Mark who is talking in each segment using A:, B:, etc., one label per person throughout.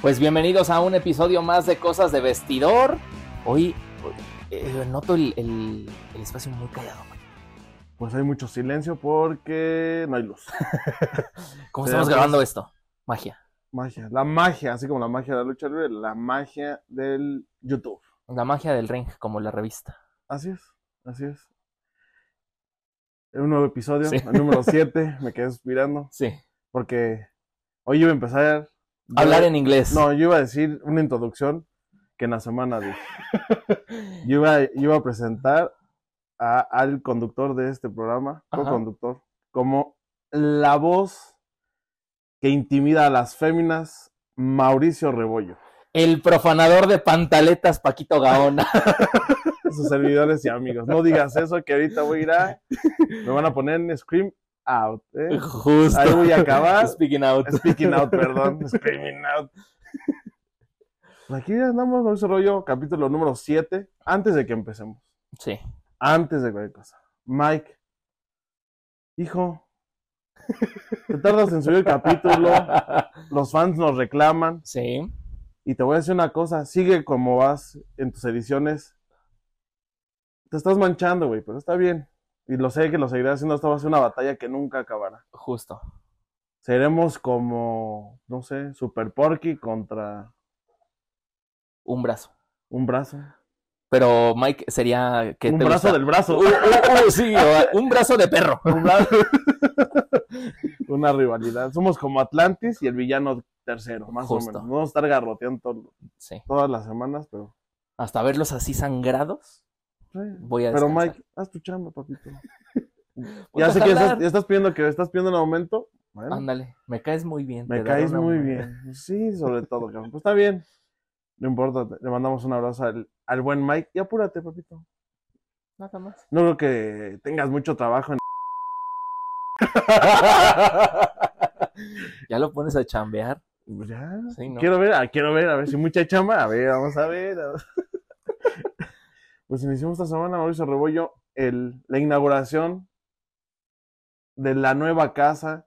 A: Pues bienvenidos a un episodio más de Cosas de Vestidor. Hoy eh, noto el, el- el espacio muy callado. güey.
B: Pues hay mucho silencio porque no hay luz.
A: ¿Cómo
B: Sí,
A: estamos
B: pues.
A: grabando esto? Magia.
B: Magia. La magia, así como la magia de la lucha libre, la magia del YouTube.
A: La magia del ring, como la revista.
B: Así es, así es. Un nuevo episodio,
A: Sí.
B: el número 7. Me quedé suspirando
A: Sí.
B: porque hoy iba a empezar. yo-
A: Hablar en inglés.
B: No, yo iba a decir una introducción que en la semana dije. Yo iba, iba a presentar a- al conductor de este programa,
A: Ajá.
B: co-conductor, como la voz que intimida a las féminas, Mauricio Rebollo.
A: El profanador de pantaletas, Paquito Gaona.
B: Sus servidores y amigos. No digas eso, que ahorita voy a ir a. Me van a poner en Scream Out. ¿eh?
A: Justo.
B: Ahí voy a acabar.
A: Speaking out.
B: Speaking Out, perdón. Screaming Out. Pues Aquí andamos, Mauricio Rebollo, capítulo número 7. Antes de que empecemos.
A: Sí.
B: antes de cualquier cosa. Mike, hijo, te tardas en subir el capítulo, los fans nos reclaman
A: Sí.
B: y te voy a decir una cosa, sigue como vas en tus ediciones. Te estás manchando, güey, pero está bien. Y lo sé que lo seguirás haciendo, esta va a ser una batalla que nunca acabará.
A: Justo.
B: Seremos como, no sé, Super Porky contra
A: Un brazo.
B: un brazo.
A: Pero Mike sería que
B: Un
A: te
B: brazo
A: gusta?
B: del brazo.
A: Uh, uh, uh, sí, o- un brazo de perro.
B: Un brazo. Una rivalidad. Somos como Atlantis y el villano tercero, más
A: Justo.
B: o menos. Vamos a estar garroteando todo-
A: Sí.
B: todas las semanas, pero.
A: Hasta verlos así sangrados,
B: sí.
A: voy a
B: Pero
A: descansar.
B: Mike, haz tu chamba, papito.
A: Ponte
B: Ya
A: a
B: sé que estás,
A: jalar.
B: estás pidiendo que estás pidiendo en aumento. Bueno,
A: Ándale, me caes muy bien.
B: me
A: te daré
B: caes
A: una
B: muy
A: mano.
B: bien. Sí, sobre todo, cabrón. Pues está bien. No importa, le mandamos un abrazo al, al buen Mike. Y apúrate, papito.
A: Nada más.
B: No creo que tengas mucho trabajo en.
A: Ya lo pones a chambear.
B: Pues Ya.
A: Sí, ¿no?
B: Quiero ver, ah, quiero ver, a ver si mucha chamba. A ver, vamos a ver. a ver. Pues iniciamos esta semana, Mauricio Rebollo, el, la inauguración de la nueva casa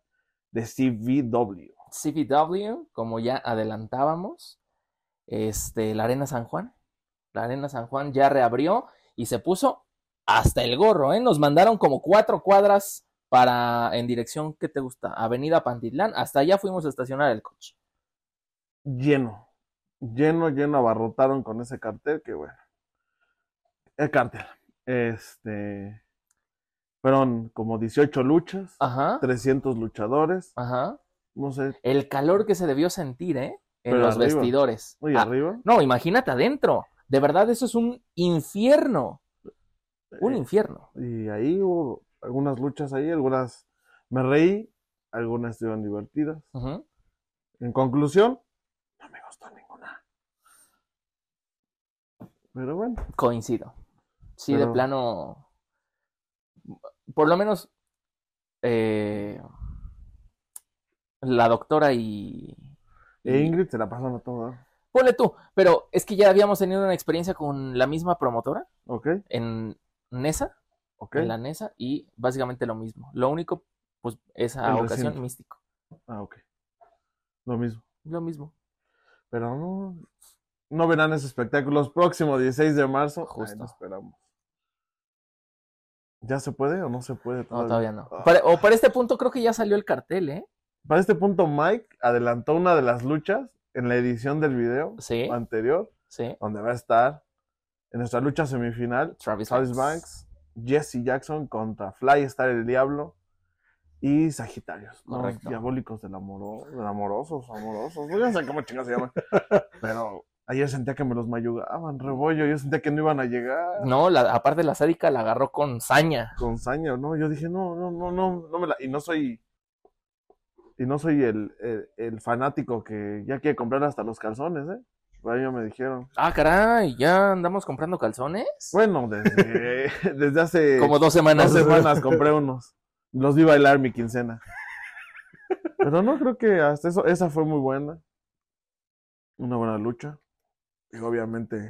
B: de CVW.
A: CPW, como ya adelantábamos, este, la Arena San Juan. La Arena San Juan ya reabrió y se puso hasta el gorro, ¿eh? Nos mandaron como cuatro cuadras para, en dirección, ¿qué te gusta? Avenida Pantitlán. Hasta allá fuimos a estacionar el coche.
B: Lleno, lleno, lleno, abarrotaron con ese cartel, que bueno. El cartel. Este. Fueron como 18 luchas,
A: Ajá,
B: 300 luchadores,
A: ajá.
B: no sé,
A: El calor que se debió sentir, ¿eh? En
B: Pero
A: los
B: arriba.
A: vestidores.
B: muy
A: Ah,
B: arriba.
A: No, imagínate adentro. De verdad, eso es un infierno. Un
B: Eh,
A: infierno.
B: Y ahí hubo algunas luchas ahí, algunas me reí, algunas estuvieron divertidas.
A: Ujú.
B: En conclusión, no me gustó ninguna. Pero bueno,
A: Coincido. Sí, de
B: Pero-
A: plano. Por lo menos. eh, la doctora y.
B: e
A: y-
B: Ingrid se la pasan a todo.
A: Ponle tú, pero es que ya habíamos tenido una experiencia con la misma promotora
B: Ok,
A: en Nesa,
B: ok.
A: en la Nesa, y básicamente lo mismo. Lo único, pues, esa
B: El
A: ocasión
B: recinto.
A: místico.
B: Ah, ok. Lo mismo.
A: Lo mismo.
B: Pero no, no verán ese espectáculo. Próximo 16 de marzo. ahí
A: Justo.
B: lo esperamos. ¿Ya se puede o no se puede?
A: No,
B: todavía?
A: todavía no.
B: Ah.
A: Para- o para este punto creo que ya salió el cartel, ¿eh?
B: Para este punto, Mike adelantó una de las luchas en la edición del video
A: Sí,
B: anterior.
A: sí.
B: donde va a estar en nuestra lucha semifinal
A: Travis,
B: Travis Banks, Jesse Jackson contra Flystar el Diablo y Sagitarios. los
A: Correcto.
B: diabólicos del amoro, del amorosos, amorosos. No ya sé cómo chingados se llaman. Pero ayer sentía que me los mayugaban, rebollo. Yo sentía que no iban a llegar
A: No, la, aparte la sádica la agarró con saña.
B: con saña, ¿no? Yo dije, no, no, no, no, no me la. Y no soy. Y no soy el, el, el fanático que ya quiere comprar hasta los calzones, ¿eh? Por ahí ya me dijeron.
A: Ah, caray, ya andamos comprando calzones.
B: Bueno, desde, desde hace.
A: Como dos semanas.
B: Dos semanas compré unos. Los vi bailar mi quincena. Pero no creo que hasta eso. Esa fue muy buena. Una buena lucha. Y obviamente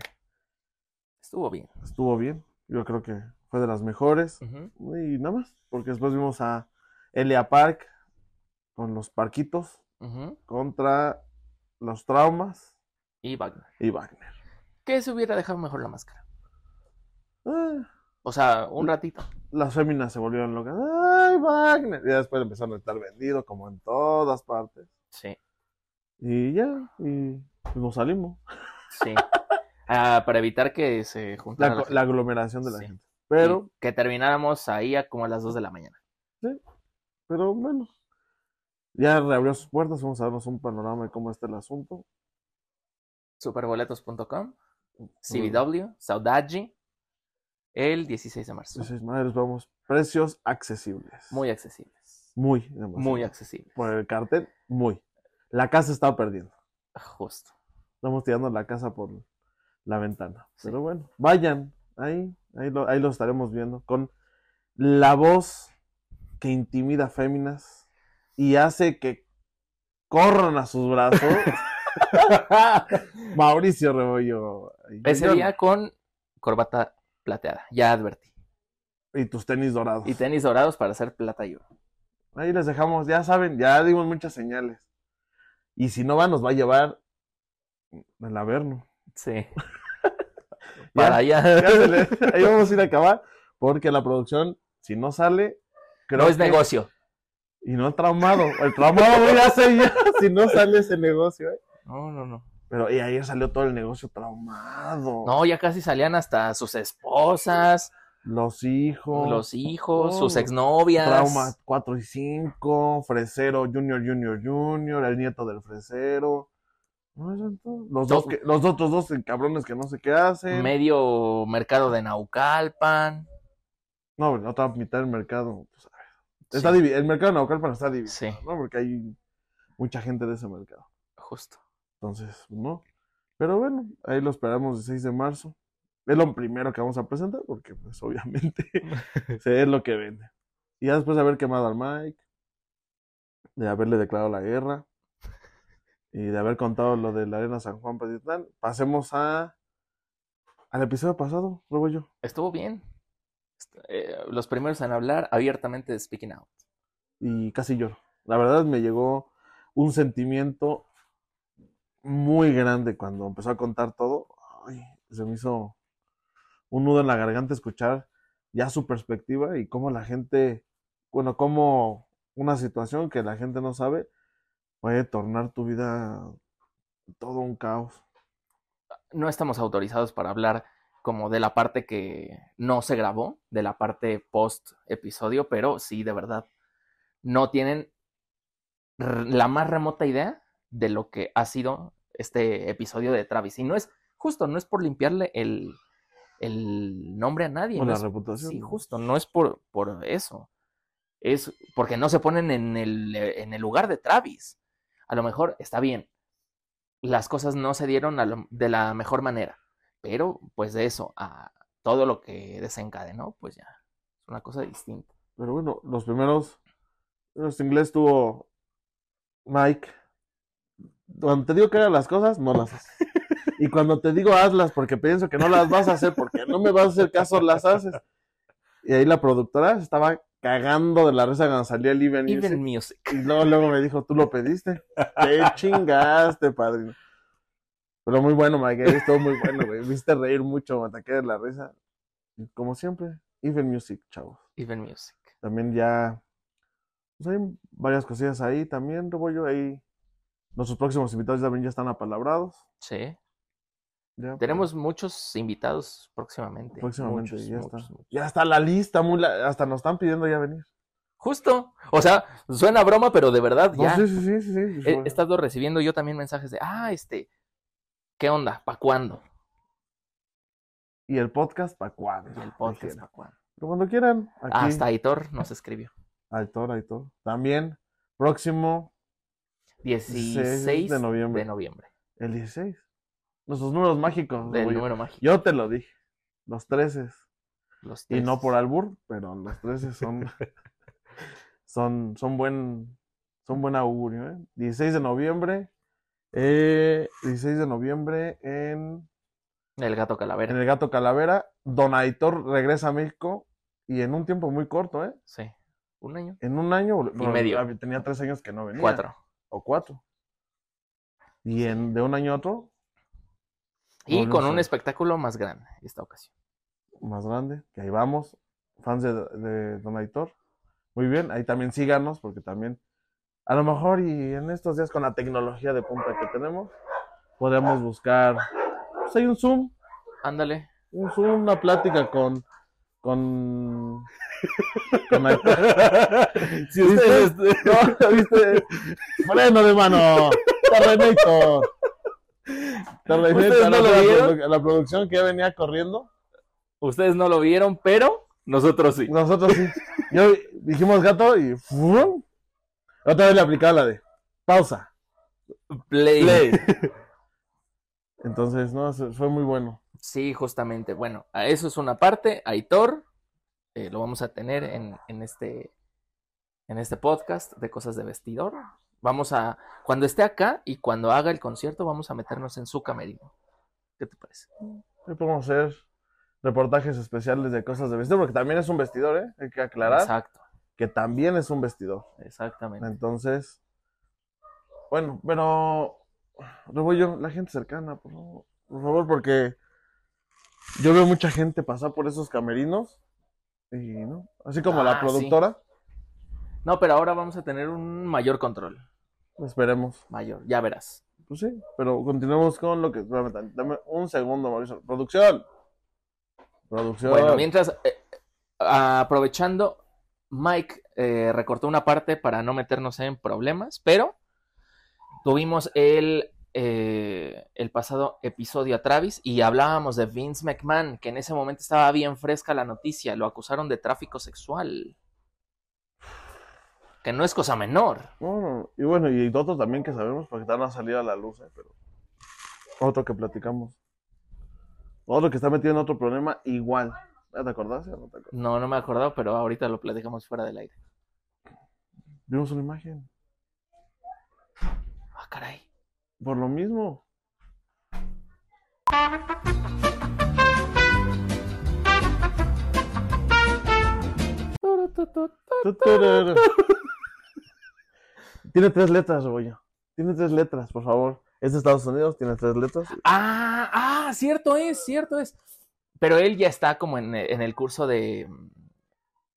A: Estuvo bien.
B: estuvo bien. Yo creo que fue de las mejores.
A: Ujú.
B: Y nada más. Porque después vimos a Elia Park con los Parquitos
A: Ujú.
B: contra los traumas
A: y Wagner.
B: y Wagner.
A: ¿Qué se hubiera dejado mejor la máscara?
B: Ah,
A: O sea, un ratito.
B: las féminas se volvieron locas. ¡Ay, Wagner! Y ya después empezaron a estar vendido, como en todas partes.
A: Sí,
B: Y ya, y pues nos salimos.
A: sí. Ah, para evitar que se
B: La,
A: juntara
B: co-
A: la gente.
B: la aglomeración de la
A: Sí.
B: gente. Pero,
A: Y que termináramos ahí a como a las 2 de la mañana.
B: pero bueno. Ya reabrió sus puertas, vamos a darnos un panorama de cómo está el asunto.
A: Superboletos.com, CBW, Saudade, el 16 de marzo.
B: Entonces, madres, vamos. Precios accesibles.
A: Muy accesibles.
B: Muy, demasiado.
A: Muy accesibles.
B: Por el cartel, muy. La casa está perdiendo.
A: Justo.
B: Estamos tirando la casa por la ventana.
A: Sí.
B: Pero bueno, vayan. Ahí, ahí, lo, ahí lo estaremos viendo. Con la voz que intimida a féminas y hace que corran a sus brazos. Mauricio Rebollo. Y
A: Ese
B: yo-
A: día con corbata plateada, ya advertí.
B: Y tus tenis dorados.
A: Y tenis dorados para hacer plata y oro.
B: Ahí les dejamos, ya saben, ya dimos muchas señales. Y si no va, nos va a llevar al Averno.
A: Sí. para allá.
B: Ya se le- ahí vamos a ir a acabar, porque la producción, si no sale, creo
A: No es
B: que-
A: negocio.
B: Y no el traumado. El traumado güey, ya sé ya, si no sale ese negocio, ¿eh?
A: No, no, no.
B: Pero y ayer salió todo el negocio traumado.
A: No, ya casi salían hasta sus esposas,
B: Los hijos.
A: los hijos,
B: no.
A: sus exnovias.
B: Oh. Trauma 4 y 5, Fresero Junior, Junior, Junior, el nieto del Fresero. No, eran todos. Los, dos
A: Todo.
B: que- los otros dos cabrones que no sé qué hacen.
A: Medio mercado de Naucalpan.
B: No, la otra mitad del mercado. pues, a ver.
A: Sí,
B: Está divi- El mercado de Naucalpan está dividido,
A: Sí.
B: ¿no? Porque hay mucha gente de ese mercado.
A: justo.
B: Entonces, pues, no. Pero bueno, ahí lo esperamos el 6 de marzo. Es lo primero que vamos a presentar porque, pues, obviamente, se es lo que vende. Y ya después de haber quemado al Mike, de haberle declarado la guerra y de haber contado lo de la Arena San Juan Patitlán, pasemos a al episodio pasado, luego yo.
A: Estuvo bien. Est- eh, los primeros en hablar abiertamente de Speaking Out.
B: y casi lloro. La verdad me llegó un sentimiento muy grande cuando empezó a contar todo. Ay, se me hizo un nudo en la garganta escuchar ya su perspectiva y cómo la gente, bueno, cómo una situación que la gente no sabe puede tornar tu vida todo un caos.
A: No estamos autorizados para hablar como de la parte que no se grabó, de la parte post episodio, pero sí, de verdad, no tienen r- la más remota idea de lo que ha sido este episodio de Travis. Y no es justo, no es por limpiarle el, el nombre a nadie.
B: Con
A: no
B: la
A: es-
B: reputación.
A: Sí,
B: ¿no?
A: justo, no es por, por eso. Es porque no se ponen en el, eh, en el lugar de Travis. A lo mejor está bien. Las cosas no se dieron a lo- de la mejor manera. Pero, pues de eso, a todo lo que desencadenó, pues ya. Es una cosa distinta.
B: Pero bueno, los primeros. Los inglés tuvo Mike. Cuando te digo que hagas las cosas, no las haces. Y cuando te digo hazlas porque pienso que no las vas a hacer, porque no me vas a hacer caso, las haces. Y ahí la productora se estaba cagando de la risa cuando salía el Even Music.
A: Even Music.
B: Y luego, luego me dijo, tú lo pediste. Te chingaste, padrino. Pero muy bueno, Mike. ahí Estuvo muy bueno, güey. Viste reír mucho, me ataqué de la risa. Y como siempre, Even Music, chavos
A: Even Music.
B: también ya pues hay varias cosillas ahí también Rebollo ahí nuestros próximos invitados también ya están apalabrados
A: Sí.
B: ya,
A: Tenemos muchos invitados próximamente.
B: próximamente
A: muchos,
B: ya
A: muchos,
B: está
A: muchos.
B: ya está la lista muy la- hasta nos están pidiendo ya venir
A: Justo. O sea, suena broma, pero de verdad
B: No,
A: ya. Eh,
B: sí sí sí sí, sí,
A: he, he
B: pues,
A: estado recibiendo yo también mensajes de, ah, este, ¿qué onda? ¿Para cuándo?
B: y el podcast para cuándo
A: Y el podcast,
B: Dijera.
A: ¿para cuándo?
B: Pero cuando quieran aquí
A: Ah, Hasta Aitor nos escribió.
B: Aitor Aitor también próximo
A: 16 de noviembre.
B: noviembre. el 16 nuestros números mágicos
A: del
B: Rebollo.
A: número mágico.
B: yo te lo dije los 13
A: los
B: Y no
A: tres.
B: por albur, pero los 13 son, son, son buen, son buen augurio, ¿eh? 16 de noviembre, eh, 16 de noviembre en,
A: El gato
B: en
A: calavera.
B: El Gato Calavera, Don Aitor regresa a México y en un tiempo muy corto, ¿eh?
A: Sí. Un año.
B: En un año,
A: Y medio.
B: tenía tres años que no venía.
A: Cuatro.
B: O cuatro. Y en, de un año a otro,
A: Y
B: Volvemos
A: con
B: a
A: un
B: ver.
A: espectáculo más grande esta ocasión.
B: más grande, que ahí vamos, fans de, de Don Aitor. Muy bien, ahí también síganos, porque también, a lo mejor y en estos días con la tecnología de punta que tenemos, podemos buscar, pues hay un Zoom,
A: Ándale.
B: un Zoom, una plática con... Con... con Aitor.
A: Si
B: ustedes- No, ¿viste? Freno de mano. Terrenator.
A: ¿Ustedes no
B: Terrenator.
A: lo
B: la,
A: vieron?
B: produ- la producción que ya venía corriendo.
A: ustedes no lo vieron, pero nosotros sí.
B: Nosotros sí. Yo dijimos gato y. ¡fum! Otra vez le aplicaba la de pausa.
A: Play.
B: Entonces, no, se- fue muy bueno.
A: Sí, justamente. Bueno, a eso es una parte. Aitor, eh, lo vamos a tener en, en este, en este podcast de cosas de vestidor. Vamos a, cuando esté acá y cuando haga el concierto, vamos a meternos en su camerino. ¿Qué te parece?
B: Hoy podemos hacer reportajes especiales de cosas de vestido, porque también es un vestidor, ¿eh? Hay que aclarar
A: Exacto,
B: que también es un vestidor.
A: exactamente.
B: Entonces, bueno, pero Rebollo, la gente cercana, por favor, por favor, porque yo veo mucha gente pasar por esos camerinos y no, así como
A: Ah,
B: la
A: sí.
B: productora,
A: No, pero ahora vamos a tener un mayor control.
B: esperemos.
A: Mayor, ya verás.
B: Pues sí, pero continuemos con lo que espérame tan- dame un segundo, Mauricio. Producción. Producción.
A: Bueno, mientras, eh, aprovechando, Mike eh, recortó una parte para no meternos en problemas, pero tuvimos el, eh, el pasado episodio a Travis y hablábamos de Vince McMahon, que en ese momento estaba bien fresca la noticia, lo acusaron de tráfico sexual, que no es cosa menor.
B: No, no, y bueno, y otro también que sabemos porque están a salir a la luz, eh, pero otro que platicamos. Otro que está metido en otro problema igual. ¿Ya ¿Te acordás? Ya no te acordás.
A: No, no me he acordado, pero ahorita lo platicamos fuera del aire.
B: Vimos una imagen.
A: Ah, caray.
B: Por lo mismo.
A: Tu, tu, tu, tu.
B: Tu, tu, ru, ru. Tiene tres letras, Rebollo. Tiene tres letras, por favor. Es de Estados Unidos, tiene tres letras.
A: Ah, ah, cierto es, cierto es. Pero él ya está como en, en el curso de,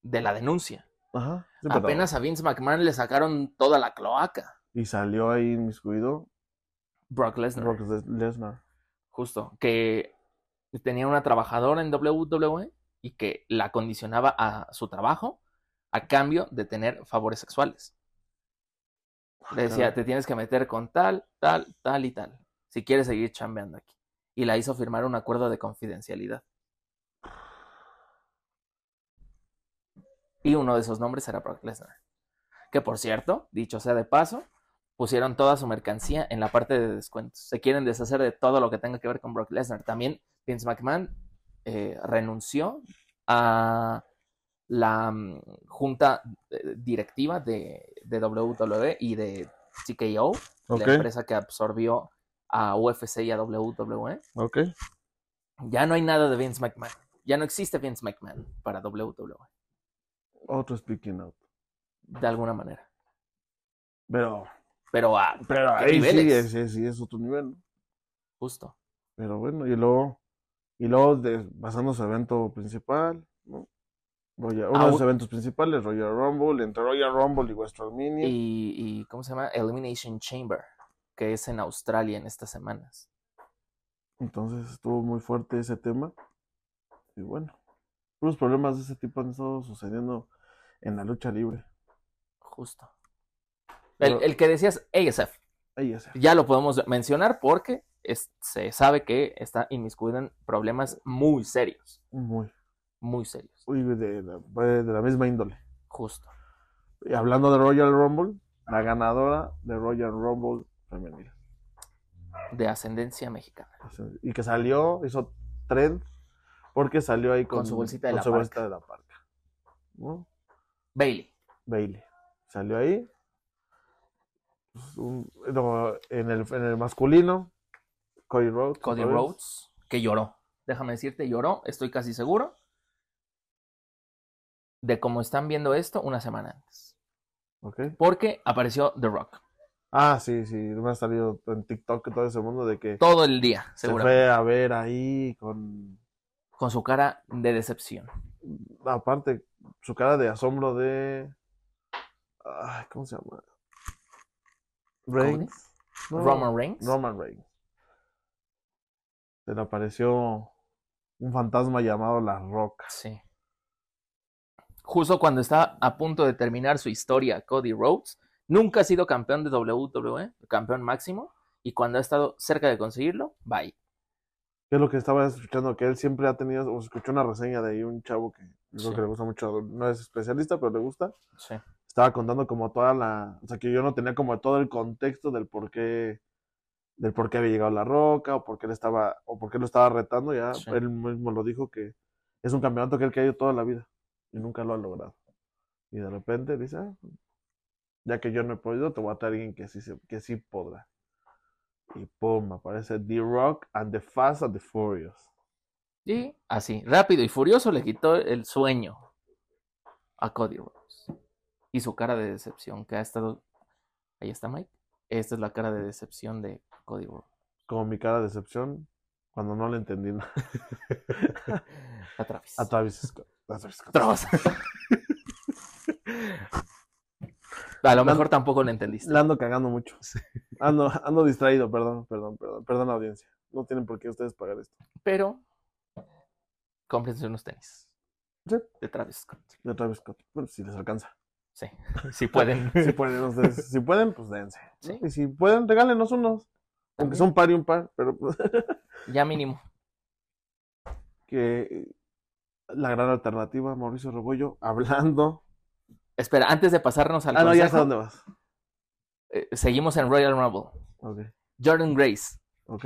A: de la denuncia.
B: Ajá. sí, pero-
A: Apenas a Vince McMahon le sacaron toda la cloaca.
B: Y salió ahí inmiscuido
A: Brock Lesnar,
B: Brock Les- Lesnar.
A: justo, que tenía una trabajadora en WWE y que la condicionaba a su trabajo a cambio de tener favores sexuales. Le decía,
B: Ah, caray.
A: te tienes que meter con tal, tal, tal y tal, si quieres seguir chambeando aquí. Y la hizo firmar un acuerdo de confidencialidad. Y uno de esos nombres era Brock Lesnar. Que por cierto, dicho sea de paso, pusieron toda su mercancía en la parte de descuentos. Se quieren deshacer de todo lo que tenga que ver con Brock Lesnar. También Vince McMahon eh, renunció a la mm, junta eh, directiva de, de WWE y de TKO,
B: Ok,
A: la empresa que absorbió a UFC y a WWE.
B: ok.
A: Ya no hay nada de Vince McMahon. Ya no existe Vince McMahon para WWE,
B: Otro speaking out.
A: de alguna manera.
B: Pero,
A: Pero ah,
B: pero
A: ¿Qué
B: ahí sí,
A: niveles?
B: es, es- sí es otro nivel, ¿no?
A: justo.
B: Pero bueno, y luego, y luego de- pasando a su evento principal, ¿no? Royal- uno de
A: Aún-
B: los eventos principales, Royal Rumble, entre Royal Rumble y WrestleMania.
A: Y, y, ¿cómo se llama? Elimination Chamber, que es en Australia en estas semanas.
B: Entonces estuvo muy fuerte ese tema. Y bueno, unos problemas de ese tipo han estado sucediendo en la lucha libre.
A: Justo. El,
B: Pero-
A: el que decías, ASF,
B: Ahí ya sea.
A: ya lo podemos mencionar porque es- se sabe que está inmiscuido en problemas muy serios,
B: Muy,
A: muy serios.
B: muy de, la- de la misma índole.
A: Justo.
B: Y hablando de Royal Rumble, la ganadora de Royal Rumble femenina.
A: De ascendencia mexicana.
B: Y que salió, hizo tren, porque salió ahí con,
A: Con su bolsita de
B: con
A: la
B: su
A: parca.
B: bolsita de la parca. ¿no?
A: Bailey.
B: Bailey. Salió ahí. Pues, un- no, en, el, en el masculino, Cody Rhodes.
A: Cody
B: otra vez.
A: Rhodes, que lloró. Déjame decirte, lloró, estoy casi seguro. De cómo están viendo esto una semana antes.
B: Ok.
A: Porque apareció The Rock.
B: Ah, sí, sí, me ha salido en TikTok todo ese mundo de que
A: Todo el día,
B: se
A: seguramente.
B: fue a ver ahí con,
A: Con su cara de decepción.
B: aparte, su cara de asombro de... Ay, ¿cómo se llama? Reigns. No,
A: Roman Reigns.
B: Roman Reigns. Se le apareció un fantasma llamado La Roca.
A: Sí. Justo cuando está a punto de terminar su historia, Cody Rhodes nunca ha sido campeón de WWE, campeón máximo, y cuando ha estado cerca de conseguirlo, bye.
B: Que es lo que estaba escuchando, que él siempre ha tenido, o escuchó una reseña de ahí un chavo que yo creo
A: Sí.
B: que le gusta mucho, no es especialista, pero le gusta.
A: Sí.
B: Estaba contando como toda la, o sea, que yo no tenía como todo el contexto del por qué, del por qué había llegado La Roca, o por qué él estaba, o por qué lo estaba retando, ya
A: Sí.
B: él mismo lo dijo que es un campeonato que él ha ido toda la vida y nunca lo ha logrado. Y de repente dice, "Ah, ya que yo no he podido, te voy a traer a alguien que sí, se- que sí podrá. Y pum, aparece The Rock and the Fast and the Furious.
A: Y así, rápido y furioso, le quitó el sueño a Cody Rhodes. Y su cara de decepción, que ha estado... Ahí está Mike. Esta es la cara de decepción de Cody Rhodes.
B: como mi cara de decepción cuando no le entendí nada
A: A Travis.
B: a Travis Scott. A Travis Scott.
A: Trabas. A lo mejor tampoco lo entendiste.
B: La ando cagando mucho. Ando, ando distraído, perdón, perdón, perdón, perdón audiencia. No tienen por qué ustedes pagar esto.
A: Pero cómprense unos tenis
B: Sí.
A: de Travis Scott.
B: De Travis Scott. Bueno, si les alcanza.
A: Sí, si pueden.
B: Si pueden, ustedes, si pueden, pues dense. ¿no?
A: Sí.
B: Y si pueden, regálenos unos. Aunque son par y un par, pero pues,
A: Ya mínimo.
B: que eh, la gran alternativa, Mauricio Rebollo, hablando.
A: Espera, antes de pasarnos al
B: Ah, no, ya
A: consejo,
B: sé a dónde vas.
A: eh, seguimos en Royal Rumble.
B: Ok,
A: Jordan Grace,
B: ok.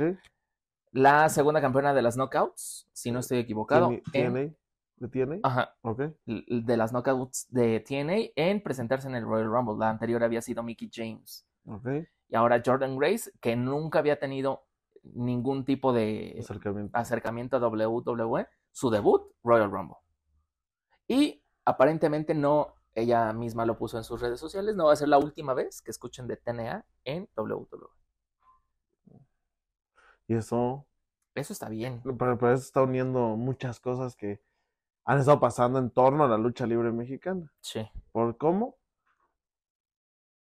A: la segunda campeona de las knockouts, si no estoy equivocado,
B: Tiene,
A: en- Ah.
B: tiene, ¿Le tiene?
A: ajá,
B: Ok.
A: l- de las knockouts de TNA en presentarse en el Royal Rumble. La anterior había sido Mickey James.
B: Ok.
A: y ahora Jordan Grace, que nunca había tenido ningún tipo de
B: Acercamiento.
A: acercamiento a WWE, su debut, Royal Rumble. Y aparentemente no, ella misma lo puso en sus redes sociales, no va a ser la última vez que escuchen de TNA en E. WWE.
B: Y eso
A: Eso está bien.
B: pero, pero eso está uniendo muchas cosas que han estado pasando en torno a la lucha libre mexicana.
A: Sí,
B: Por cómo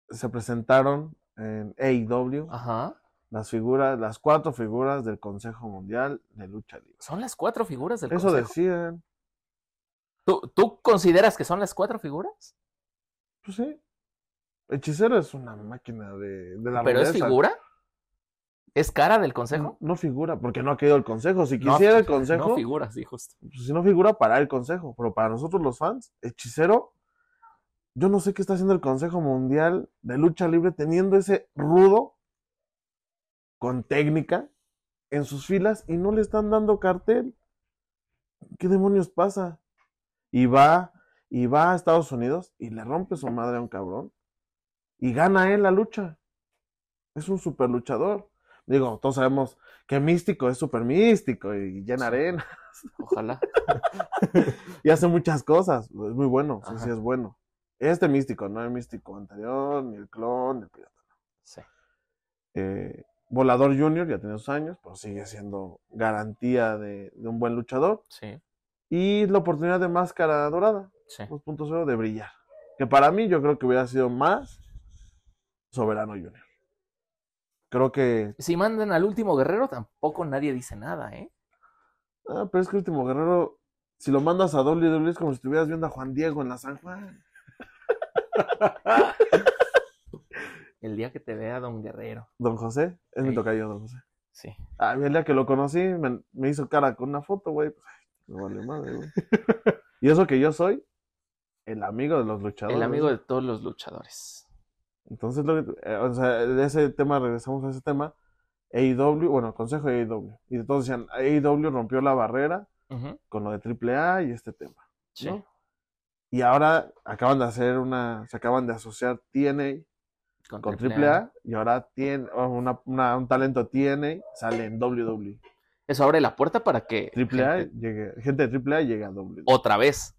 B: se presentaron en AEW
A: ajá.
B: las figuras, las cuatro figuras del Consejo Mundial de Lucha Libre.
A: Son las cuatro figuras del
B: Eso
A: consejo.
B: decían,
A: ¿Tú, tú consideras que son las cuatro figuras?
B: pues sí. Hechicero es una máquina de, de la
A: ¿Pero es
B: rudeza.
A: figura? ¿Es cara del consejo?
B: No figura, porque no ha caído el consejo. Si
A: No,
B: Mm, quisiera el
A: No
B: consejo,
A: figuras, sí, justo.
B: pues, si no figura para el consejo, pero para nosotros los fans, Hechicero, yo no sé qué está haciendo el Consejo Mundial de Lucha Libre teniendo ese rudo con técnica en sus filas y no le están dando cartel. ¿Qué demonios pasa? Y va, y va a Estados Unidos y le rompe su madre a un cabrón y gana él la lucha. Es un super luchador. Digo, todos sabemos que místico es super místico y llena
A: Sí.
B: arena
A: Ojalá.
B: y hace muchas cosas. Es muy bueno, sí, sí,
A: Ajá.
B: es bueno. Este místico, no el místico anterior, ni el clon, ni el pirata.
A: Sí.
B: Eh, Volador Junior ya tiene sus años, pero sigue siendo garantía de, de un buen luchador.
A: Sí,
B: Y la oportunidad de Máscara Dorada,
A: sí.
B: 2.0, de brillar. Que para mí yo creo que hubiera sido más Soberano Junior. Creo que.
A: Si mandan al último guerrero, tampoco nadie dice nada, ¿eh?
B: Ah, pero es que Último Guerrero, si lo mandas a WWE es como si estuvieras viendo a Juan Diego en la San Juan.
A: El día que te vea Don Guerrero.
B: Don José, es mi
A: Ey.
B: tocayo, Don José.
A: Sí.
B: Ah, el día que lo conocí, me, me hizo cara con una foto, güey. Pues, ay, Me vale madre, güey. Y eso que yo soy el amigo de los luchadores.
A: El amigo de todos los luchadores.
B: Entonces, lo que- eh, o sea, de ese tema, regresamos a ese tema. AEW, bueno, el consejo de AEW. Y entonces decían, AEW rompió la barrera
A: Ujú,
B: con lo de AAA y este tema.
A: Sí.
B: ¿No? Y ahora acaban de hacer una, se acaban de asociar TNA con AAA y ahá tiene, oh, una, una- un talento TNA sale en WWE.
A: Eso abre la puerta para que.
B: Triple A
A: gente-
B: llegue, gente de Triple A llega a E. doble.
A: Otra vez.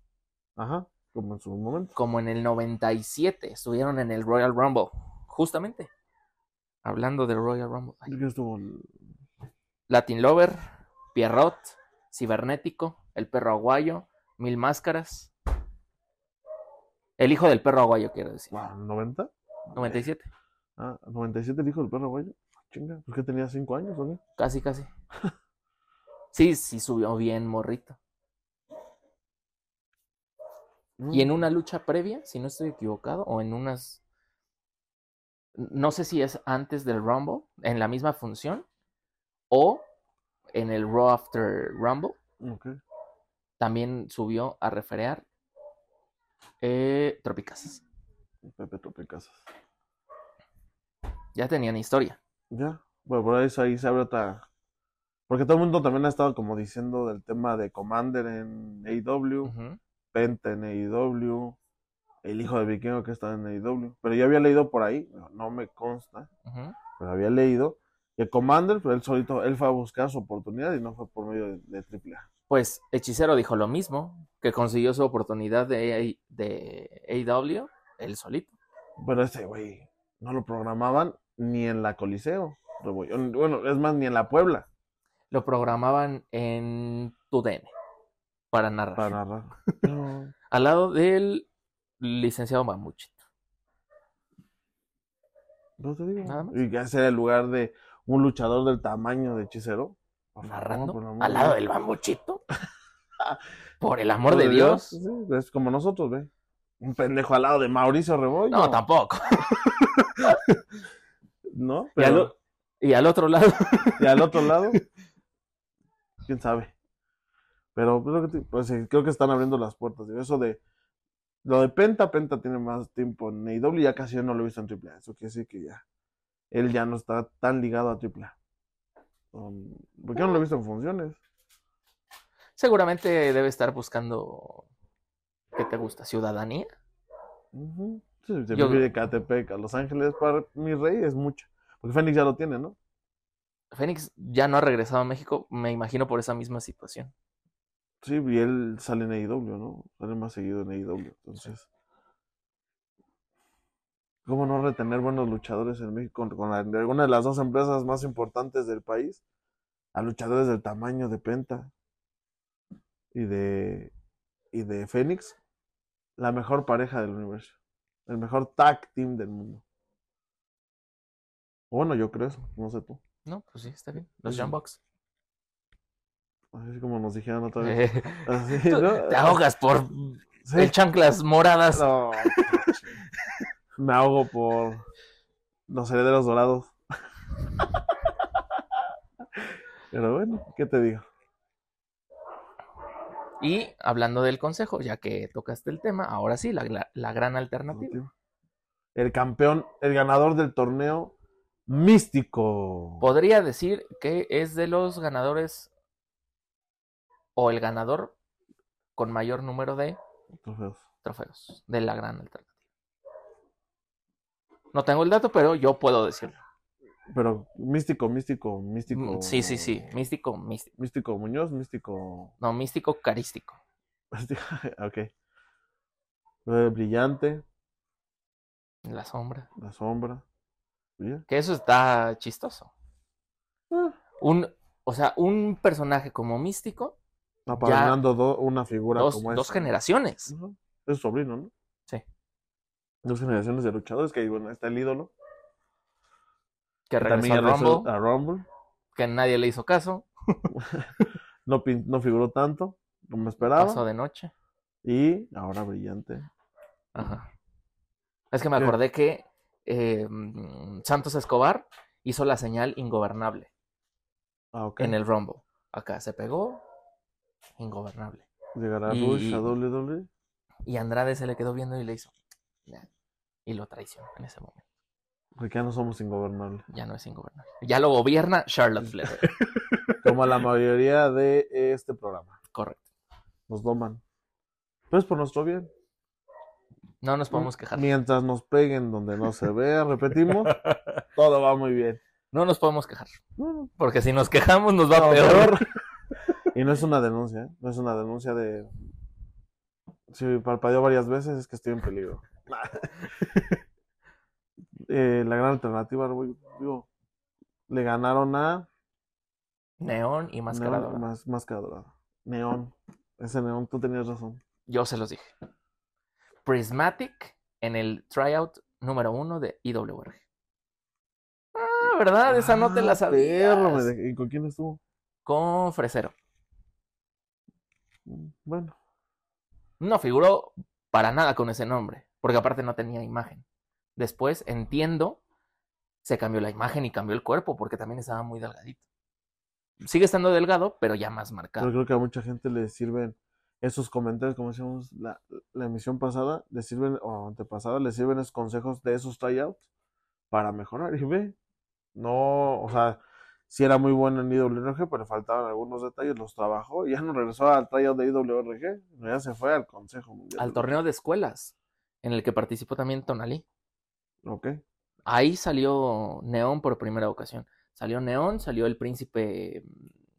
B: Ajá, como en su momento.
A: Como en el 97 estuvieron en el Royal Rumble. Justamente. Hablando del Royal Rumble. ay,
B: Creo que estuvo el-
A: Latin Lover, Pierrot, Cibernético, El Perro Aguayo, Mil Máscaras. El hijo del perro aguayo, quiero decir.
B: wow, ¿90?
A: 97.
B: Ah, 97 el hijo del perro, güey. Chinga, pues que tenía 5 años, ¿o qué?
A: Casi, casi. Sí, sí subió bien morrito.
B: Mm.
A: Y en una lucha previa, si no estoy equivocado, o en unas... No sé si es antes del Rumble, en la misma función, o en el Raw After Rumble,
B: Ok.
A: también subió a referear eh, Tropicazas.
B: Pepe Tropicazas.
A: Ya tenían historia.
B: Ya. Bueno, por eso ahí se abre otra. Porque todo el mundo también ha estado como diciendo del tema de Commander en AEW,
A: Ujú.
B: Penta en AEW, el hijo de Vikingo que está en AEW. Pero yo había leído por ahí, no, no me consta,
A: Ujú.
B: pero había leído que Commander, pero él solito, él fue a buscar su oportunidad y no fue por medio de, Triple AAA.
A: Pues Hechicero dijo lo mismo, que consiguió su oportunidad de, A- de AEW él solito.
B: Pero ese güey no lo programaban ni en la Coliseo. Rebollo. Bueno, es más, ni en la Puebla.
A: Lo programaban en TUDN para narrar.
B: Para narrar. No.
A: Al lado del licenciado Mamuchi.
B: No te digo.
A: Nada más.
B: Y ya sea el lugar de un luchador del tamaño de hechicero. Pues,
A: pues,
B: Por favor,
A: narrando
B: por el amor
A: al
B: de
A: lado
B: Dios.
A: del bambuchito. Por el amor de Dios.
B: Pues, Sí, es como nosotros, ve. Un pendejo al lado de Mauricio Rebollo.
A: No, tampoco.
B: ¿No?
A: Y al,
B: Pero,
A: o- y al otro lado.
B: y al otro lado, quién sabe. Pero creo que, te- pues, sí, creo que están abriendo las puertas. digo, Eso de lo de Penta, Penta tiene más tiempo en AEW y ya casi yo no lo he visto en AAA. Eso quiere decir que ya él ya no está tan ligado a AAA. Um, porque yo no lo he visto en funciones.
A: Seguramente debe estar buscando. ¿Qué te gusta? ¿Ciudadanía?
B: Ujú. Sí, se
A: Yo-
B: me de Catepec a Los Ángeles para mi rey es mucho. Porque Fénix ya lo tiene, ¿no?
A: Fénix ya no ha regresado a México, me imagino por esa misma situación.
B: Sí, y él sale en AEW, ¿no? Sale más seguido en AEW. Entonces, ¿cómo no retener buenos luchadores en México con, con la- de alguna de las dos empresas más importantes del país? A luchadores del tamaño de Penta y de, y de Fénix, la mejor pareja del universo. El mejor tag team del mundo. Bueno, yo creo eso, no sé tú.
A: No, pues sí, está bien. Los
B: Sí.
A: Young Bucks.
B: Así como nos dijeron otra vez.
A: Eh,
B: Así,
A: tú
B: ¿no?
A: Te ahogas por
B: Sí.
A: el chanclas moradas.
B: No, Me ahogo por los herederos dorados. Pero bueno, ¿qué te digo?
A: Y hablando del consejo, ya que tocaste el tema, ahora sí, la, la- la gran alternativa.
B: El campeón, el ganador del torneo místico.
A: Podría decir que es de los ganadores o el ganador con mayor número de
B: Trofeos.
A: trofeos de la gran alternativa. No tengo el dato, pero yo puedo decirlo.
B: Pero místico, místico,
A: Mm,
B: místico.
A: Sí, sí, sí. Místico, místico.
B: Místico Muñoz, místico. este,
A: No, místico, carístico.
B: ok. Eh, Brillante,
A: La sombra.
B: la sombra. Brilla.
A: Que eso está chistoso.
B: Ah,
A: Un, o sea, un personaje como místico,
B: apadrinando do- una figura
A: dos,
B: como
A: dos
B: esa.
A: generaciones.
B: Ujú. Es su sobrino, ¿no?
A: Sí.
B: Dos generaciones de luchadores que, bueno, está el ídolo.
A: Que
B: que
A: regresó
B: también
A: al
B: ya ah, regresó
A: Rumble,
B: a Rumble.
A: que nadie le hizo caso.
B: No, pin- no figuró tanto como esperaba.
A: Pasó de noche.
B: Y ahora brillante.
A: Ajá. Es que me
B: ¿Qué?
A: acordé que eh, mm, Santos Escobar hizo la señal ingobernable
B: Ah, ok.
A: en el Rumble. Acá se pegó, ingobernable.
B: Llegará
A: y-
B: Rush a E, WWE.
A: Y Andrade se le quedó viendo y le hizo. "Nah". Y lo traicionó en ese momento.
B: Porque ya no somos ingobernables.
A: Ya no es ingobernable. Ya lo gobierna Charlotte Flair.
B: Como la mayoría de este programa.
A: Correcto.
B: Nos doman. Pero es por nuestro bien.
A: No
B: Mm,
A: nos podemos quejar.
B: Mientras nos peguen donde no se vea, repetimos, todo va muy bien.
A: No nos podemos quejar.
B: No, no,
A: Porque si nos quejamos nos va
B: No,
A: peor.
B: peor. Y no es una denuncia, ¿eh? no es una denuncia de... Si parpadeo varias veces es que estoy en peligro. eh, la gran alternativa, güey, digo, le ganaron a
A: Neón y Máscara
B: Neón,
A: Dorada.
B: mas- Máscara Dorada. Neón. Ese neón, tú tenías razón.
A: Yo se los dije. Prismatic en el tryout número uno de IWRG. Ah, ¿verdad? Esa no te
B: Ah,
A: la sabías.
B: perro, me dejé- ¿Y con quién estuvo?
A: Con Fresero.
B: Mm, Bueno,
A: No figuró para nada con ese nombre, porque aparte no tenía imagen. Después, entiendo, se cambió la imagen y cambió el cuerpo, porque también estaba muy delgadito. Sigue estando delgado, pero ya más marcado.
B: pero creo que a mucha gente le sirven esos comentarios, como decíamos la, la emisión pasada, le sirven, o antepasada, le sirven esos consejos de esos tryouts para mejorar. Y ve, no, o sea, si era muy bueno en IWRG, pero faltaban algunos detalles, los trabajó y ya no regresó al tryout de IWRG, ya se fue al Consejo Mundial.
A: Al torneo de escuelas, en el que participó también Tonalí.
B: Ok.
A: Ahí salió Neón por primera ocasión. Salió Neón, salió el príncipe,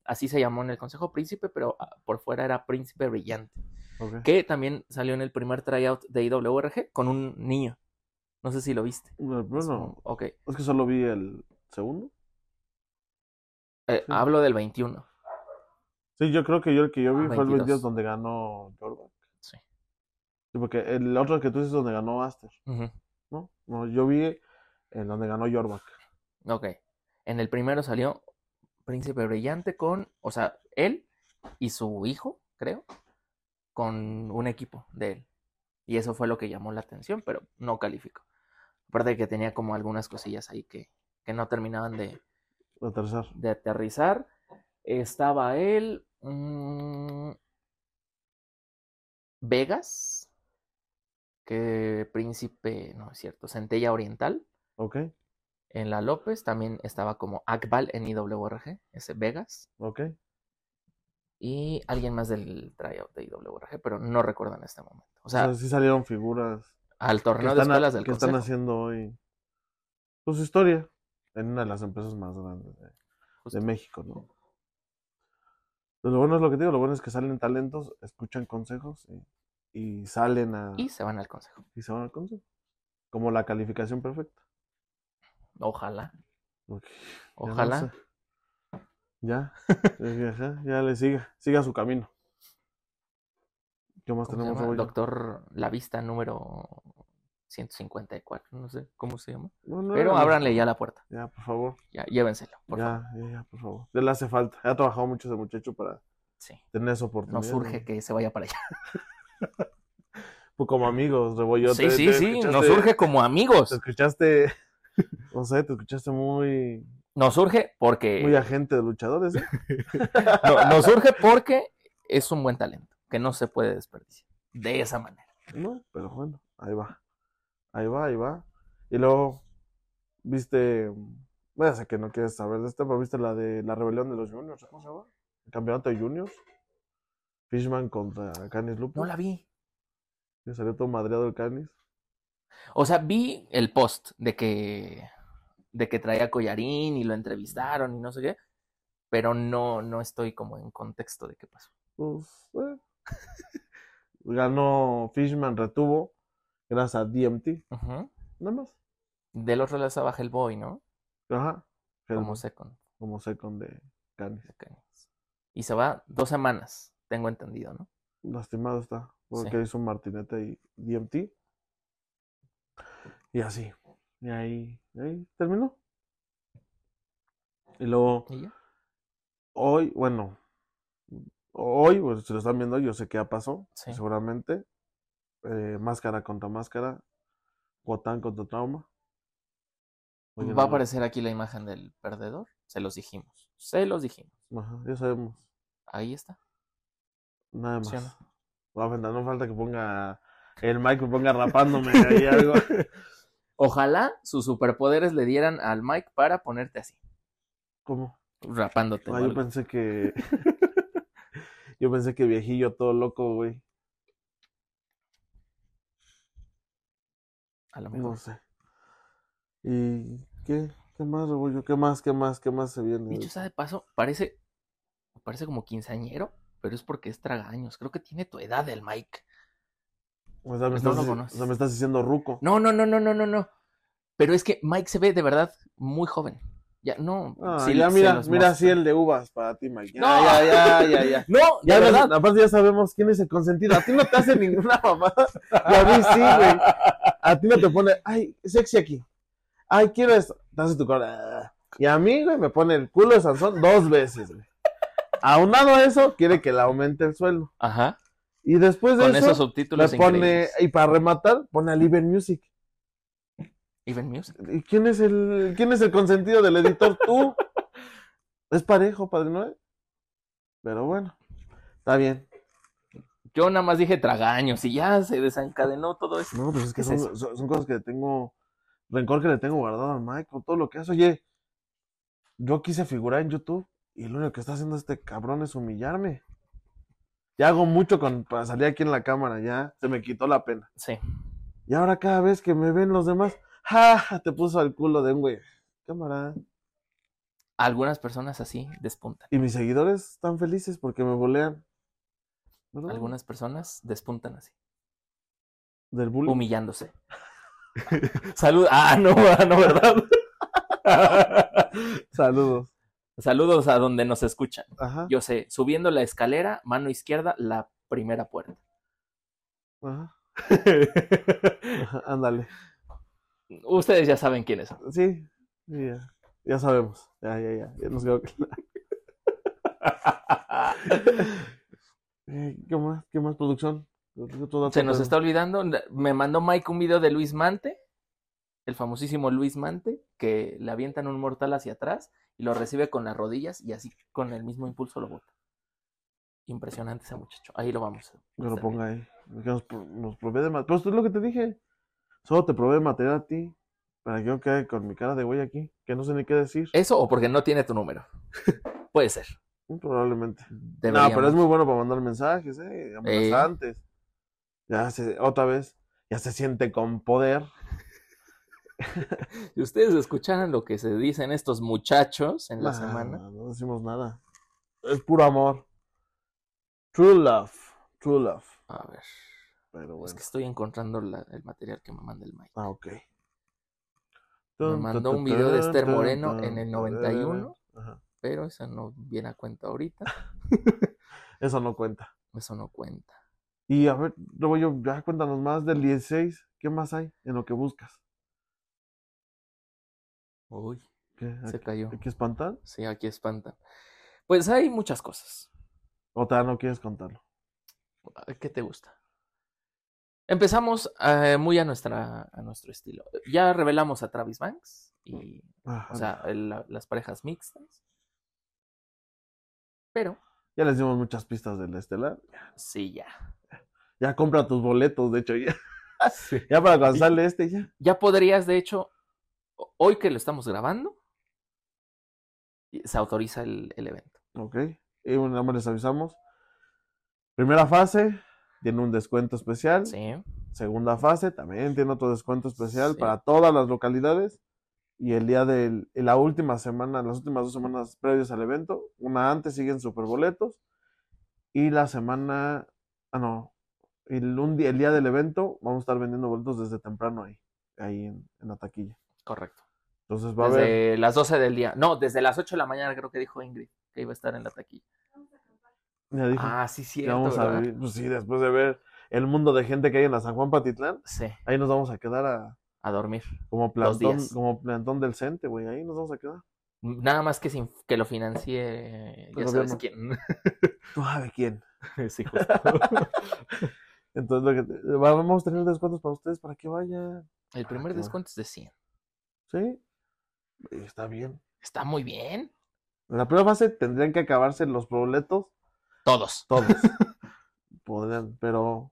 A: así se llamó en el consejo príncipe, pero ah, por fuera era príncipe brillante.
B: ok.
A: Que también salió en el primer tryout de IWRG con un niño. No sé si lo viste.
B: Bueno,
A: Es
B: Bueno,
A: como, ok.
B: es que solo vi el segundo.
A: Eh,
B: Sí.
A: Hablo del 21.
B: Sí, yo creo que yo el que yo vi
A: Ah,
B: fue el
A: 22.
B: 22 donde ganó Jordan.
A: Sí.
B: Sí, porque el otro que tú dices donde ganó Aster,
A: Ujú,
B: ¿no? No, yo vi el donde ganó Jorback.
A: Ok. En el primero salió Príncipe Brillante con, o sea, él y su hijo, creo, con un equipo de él. Y eso fue lo que llamó la atención, pero no calificó. Aparte de que tenía como algunas cosillas ahí que, que no terminaban de,
B: La tercera.
A: de aterrizar. Estaba él. mm, Vegas. Que príncipe. No es cierto. Centella Oriental.
B: Ok,
A: En la López. También estaba como Akbal en IWRG. Ese Vegas.
B: ok.
A: Y alguien más del tryout de IWRG. Pero no recuerdo en este momento. O
B: O sea,
A: sea,
B: sí salieron figuras
A: al
B: que,
A: torneo de
B: están, a-
A: escuelas del
B: que están
A: consejo.
B: haciendo hoy pues, su historia en una de las empresas más grandes de, de
A: justo.
B: México, ¿no? Pero lo bueno es lo que te digo, lo bueno es que salen talentos, escuchan consejos y, y salen a...
A: Y se van al consejo.
B: y se van al consejo. Como la calificación perfecta.
A: Ojalá.
B: Ok, ya no
A: Ojalá.
B: sé. Ya, es que, ajá, ya le siga, siga su camino. ¿Qué
A: ¿Cómo
B: más
A: se
B: tenemos
A: llama?
B: hoy?
A: Doctor La Vista número 154, no sé cómo se llama.
B: No, no,
A: Pero
B: no.
A: ábranle ya la puerta,
B: Ya, por favor.
A: ya, llévenselo, por
B: ya,
A: favor.
B: ya, ya, por favor. Ya le hace falta. Ha trabajado mucho ese muchacho para
A: Sí,
B: tener esa oportunidad.
A: no surge que se vaya para allá.
B: Pues como amigos, Rebollo.
A: sí,
B: te-
A: sí,
B: te
A: sí, nos
B: escuchaste-
A: surge como
B: Te
A: amigos.
B: escuchaste, no sé, te escuchaste muy,
A: Nos surge porque
B: muy agente de luchadores. ¿eh?
A: no, nos surge porque es un buen talento que no se puede desperdiciar de esa manera.
B: No, pero bueno, ahí va. Ahí va, ahí va. Y luego, viste, bueno, sé que no quieres saber de esto, pero viste la de la rebelión de los juniors, ¿cómo se llama? El campeonato de juniors. Fishman contra Canis Lupo.
A: No la vi.
B: Que salió todo madreado el Canis.
A: O sea, vi el post de que de que traía collarín y lo entrevistaron y no sé qué, pero no no estoy como en contexto de qué pasó.
B: Pues, eh. Ganó Fishman, retuvo, gracias a DMT,
A: Ujú.
B: nada más.
A: Del otro lado estaba Hellboy, ¿no?
B: Ajá.
A: Como
B: Como,
A: second.
B: como second de Canis.
A: de Canis. Y se va dos semanas, tengo entendido, ¿no?
B: Lastimado está, porque
A: Sí.
B: hizo Martineta y DMT. Y así. Y ahí, y ahí terminó. Y luego,
A: ¿Y ya?
B: hoy, bueno, hoy, pues, si lo están viendo, yo sé que ya pasó,
A: Sí.
B: seguramente. Eh, máscara contra máscara, Guatán contra Trauma. Oye,
A: Va a
B: no,
A: aparecer aquí la imagen del perdedor. Se los dijimos. Se los dijimos.
B: ajá, ya sabemos,
A: Ahí está.
B: nada
A: ¿Sí o
B: más. No, falta- no falta que ponga el Mike, me ponga rapándome ahí algo.
A: Ojalá sus superpoderes le dieran al Mike para ponerte así,
B: ¿Cómo?
A: rapándote. o
B: Ah, yo
A: algo.
B: pensé que. yo pensé que viejillo todo loco, güey.
A: A lo mejor.
B: No sé. ¿Y qué? ¿Qué más, Rebollo? ¿Qué más, qué más, qué más se viene?
A: Dicho sea de paso, parece, parece como quinceañero, pero es porque es tragaños. Creo que tiene tu edad el Mike.
B: O sea, me,
A: pues no
B: estás,
A: lo
B: dici-
A: conoces.
B: o sea, me estás diciendo ruco.
A: No, no, no, no, no, no, no. Pero es que Mike se ve de verdad muy joven. Ya, no.
B: Ah,
A: sí,
B: ya
A: se
B: mira,
A: los
B: mira
A: muestro.
B: así el de uvas para ti, Mike. Ya,
A: No.
B: ya, ya, ya, ya.
A: No, de
B: Ya
A: verdad.
B: nos- aparte ya sabemos quién es el consentido. A ti no te hace ninguna mamada. Y a mí sí, güey. A ti no te pone, ay, sexy aquí. Ay, quiero esto. Te hace tu cara. Y a mí, güey, me pone el culo de Sansón dos veces, güey. Aunado a eso, quiere que le aumente el sueldo.
A: Ajá.
B: Y después de
A: Con
B: eso,
A: esos
B: le
A: subtítulos
B: pone,
A: increíbles.
B: y para rematar, pone a Live Music.
A: Even Music.
B: ¿Y quién es el, quién es el consentido del editor? Tú. Es parejo, Padre Noel. Pero bueno, está bien.
A: Yo nada más dije tragaños y ya se desencadenó todo eso.
B: No, pues es que
A: ¿Qué es
B: son,
A: eso?
B: son- son cosas que le tengo, rencor que le tengo guardado al Michael, todo lo que hace. Oye, yo quise figurar en YouTube y lo único que está haciendo este cabrón es humillarme. Ya hago mucho con, para salir aquí en la cámara, ya se me quitó la pena.
A: Sí.
B: Y ahora cada vez que me ven los demás, ¡ja! Te puso al culo de un güey. Cámara.
A: Algunas personas así despuntan.
B: Y mis seguidores están felices porque me bolean. ¿Verdad?
A: Algunas personas despuntan así.
B: Del bullying.
A: humillándose. Salud. Ah, no, ah, no, ¿verdad?
B: Saludos.
A: Saludos a donde nos escuchan.
B: Ajá.
A: Yo sé, subiendo la escalera, mano izquierda, la primera puerta.
B: Ajá. Ajá, Ándale.
A: Ustedes ya saben quiénes son.
B: Sí, sí, ya, ya sabemos. Ya, ya, ya. ya nos quedó claro. Eh, ¿Qué más? ¿Qué más producción? Otro dato
A: Se nos
B: que-
A: está olvidando. Me mandó Mike un video de Luis Mante, el famosísimo Luis Mante, que le avientan un mortal hacia atrás y lo recibe con las rodillas y así con el mismo impulso lo bota. Impresionante ese muchacho. Ahí lo vamos.
B: Que lo ponga ahí. Que nos, pro- nos provee de material. Pues esto es lo que te dije. Solo te provee material a ti. Para que yo quede con mi cara de güey aquí. Que no sé ni qué decir.
A: Eso o porque no tiene tu número. Puede ser.
B: Probablemente.
A: Eh. Deberíamos.
B: No, pero es muy bueno para mandar mensajes, ¿eh? Amenazantes. Ya se, otra vez, ya se siente con poder.
A: Si ustedes escucharan lo que se dicen estos muchachos en la
B: Nah,
A: semana,
B: No decimos nada. Es puro amor. True love. True love.
A: a ver,
B: Pero bueno.
A: es que estoy encontrando la- el material que me manda el Mike.
B: Ah, ok.
A: Me mandó un video de Esther Moreno en el 91.
B: Ajá.
A: Pero eso no viene a cuenta ahorita,
B: Eso no cuenta.
A: eso no cuenta.
B: Y a ver, luego yo, ya cuéntanos más del 16. ¿Qué más hay en lo que buscas?
A: Uy,
B: ¿Qué,
A: se
B: ¿Hay
A: cayó.
B: que espantar?
A: Sí, aquí espanta. Pues hay muchas cosas. Ah,
B: ¿O todavía no quieres contarlo?
A: ¿Qué te gusta? Empezamos eh, muy a, nuestra, a nuestro estilo. Ya revelamos a Travis Banks y
B: Ajá.
A: o sea, el- la- las parejas mixtas. Pero,
B: Ya les dimos muchas pistas del estelar.
A: sí, ya.
B: Ya compra tus boletos, de hecho, ya. Ya para cuando sale este, ya.
A: Ya podrías, de hecho, ho- hoy que lo estamos grabando, y se autoriza el, el evento.
B: Ok. Y bueno, nada más les avisamos. Primera fase, tiene un descuento especial.
A: Sí.
B: Segunda fase, también tiene otro descuento especial
A: Sí.
B: para todas las localidades. Y el día de la última semana, las últimas dos semanas previas al evento, una antes siguen superboletos. Y la semana, ah, no, el, un día, el día del evento vamos a estar vendiendo boletos desde temprano ahí, ahí en, en la taquilla.
A: Correcto.
B: Entonces va a haber...
A: Desde las 12 del día. No, desde las 8 de la mañana creo que dijo Ingrid que iba a estar en la taquilla.
B: Ya dijo,
A: Ah, sí,
B: que
A: cierto,
B: vamos a
A: ¿verdad?
B: vivir. Pues sí, después de ver el mundo de gente que hay en la San Juan Patitlán,
A: Sí,
B: ahí nos vamos a quedar a,
A: a dormir.
B: como,
A: Dos
B: plantón,
A: días.
B: como plantón del Cente, güey. Ahí nos vamos a quedar.
A: Nada más que, sin, que lo financie,
B: El
A: ya sabes
B: gobierno.
A: quién.
B: Tú sabes quién.
A: sí, justo.
B: Entonces, lo que te- vamos a tener descuentos para ustedes para que vayan.
A: El primer
B: qué bueno.
A: descuento es de 100.
B: ¿Sí? Y Está bien.
A: Está muy bien.
B: En la primera fase tendrían que acabarse los boletos,
A: Todos.
B: todos. Podrían, pero.